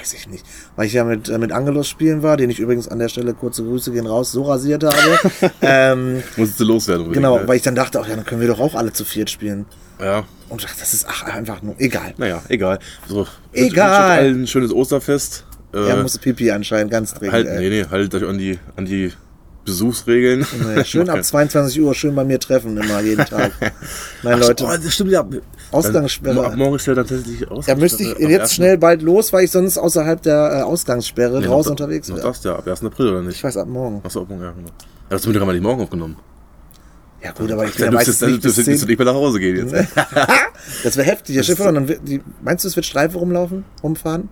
weiß ich nicht, weil ich ja mit äh, mit Angelos spielen war, den ich übrigens an der Stelle kurze Grüße gehen raus, so rasiert habe. ähm,
Musstest du loswerden. unbedingt,
genau,
ne?
weil ich dann dachte, ach ja, dann können wir doch auch alle zu viert spielen.
ja.
Und ach, das ist ach, einfach nur egal.
Naja, egal. So,
Egal.
Allen ein schönes Osterfest. Äh,
Er muss Pipi anscheinend ganz dringend.
halt,
ey.
nee, nee, haltet euch an die, an die Besuchsregeln.
Nee, Schön ab 22 Uhr, schön bei mir treffen immer jeden Tag. Nein, Leute.
Oh, das stimmt ja.
Ausgangssperre.
Dann, ab morgen ist ja dann tatsächlich Ausgangssperre.
Da müsste ich
Ab
jetzt
1.
schnell bald los, weil ich sonst außerhalb der äh, Ausgangssperre
Nee,
draußen
noch-
unterwegs
Noch
bin.
das, ja, ab 1. April oder nicht?
Ich weiß ab morgen.
Achso, ab morgen, ja, genau. Ja, Das haben wir nicht morgen aufgenommen.
Ja gut, aber ich
Dann
bin ja
dürftest
meistens
dann
nicht bis
dürftest- dürftest du
10.
nicht mehr nach Hause gehen jetzt.
Das wäre heftig, der Schiff. Und dann wird, die, meinst du, es wird Streife rumlaufen, rumfahren?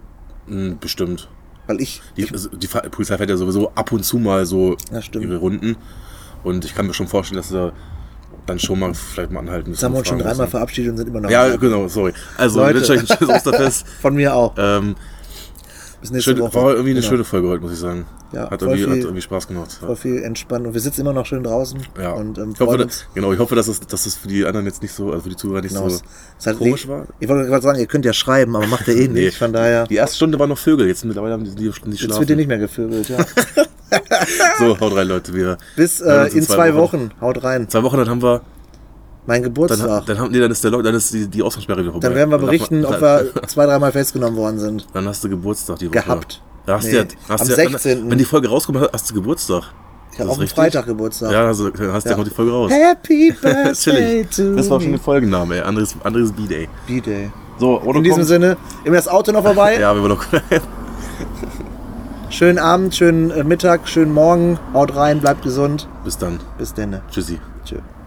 Hm, Bestimmt.
Weil ich,
Die, also die Fa- Polizei fährt ja sowieso ab und zu mal so
Ja, stimmt.
ihre Runden. Und ich kann mir schon vorstellen, dass sie da dann schon mal vielleicht mal anhalten müssen.
das haben wir uns schon
und fragen
dreimal
müssen.
verabschiedet und sind immer noch
Ja,
da.
genau, sorry. Also,
Leute.
wünsche euch ein schönes Osterfest.
Von mir auch.
Ähm,
Bis nächste
schön,
Woche.
war irgendwie eine
Genau.
schöne Folge heute, muss ich sagen.
Ja,
Hat
voll
irgendwie, hat
viel-
irgendwie Spaß gemacht. Ja.
Voll viel entspannt. Und wir sitzen immer noch schön draußen.
Ja.
Und ähm,
ich hoffe,
freuen
da,
uns.
genau, ich hoffe, dass es, dass es für die anderen jetzt nicht so, also für die Zuhörer nicht
Genau,
so
es- es hat
komisch
nicht-
war.
Ich wollte gerade sagen, ihr könnt ja schreiben, aber macht ihr eh nicht. Von daher.
Die erste Stunde waren noch Vögel, jetzt mittlerweile haben die, die, die
Jetzt wird ihr
schlafen.
nicht mehr gevögelt, ja.
So, haut rein, Leute. Wir,
Bis
wir hören
äh,
uns
in zwei Wochen. Haut rein.
Zwei Wochen, dann haben wir,
Mein
dann,
Geburtstag. Dann,
dann, haben, nee, dann ist der Lock, dann ist die, die Ausgangssperre wieder vorbei.
werden wir
darf
berichten,
man-
ob wir zwei, dreimal festgenommen worden sind.
Dann hast du Geburtstag die Woche.
Gehabt.
Da hast
Nee,
du ja, hast
am
du ja,
16..
Wenn die Folge rauskommt, hast du
Ich
Geburtstag.
habe
Das
auch
ist
am
richtig.
Freitag Geburtstag.
Ja, also dann hast du ja.
Ja.
noch die Folge raus.
Happy Birthday
Chillig.
to
Das war schon
me.
der Folgenname, ey. Andres, Andres B-Day.
B-Day.
So, oder
In diesem Sinne, immer das Auto noch vorbei.
Ja, wir wollen noch.
Schönen Abend, schönen äh, Mittag, schönen Morgen. Haut rein, bleibt gesund.
Bis dann.
Bis denne.
Tschüssi.
Tschüss.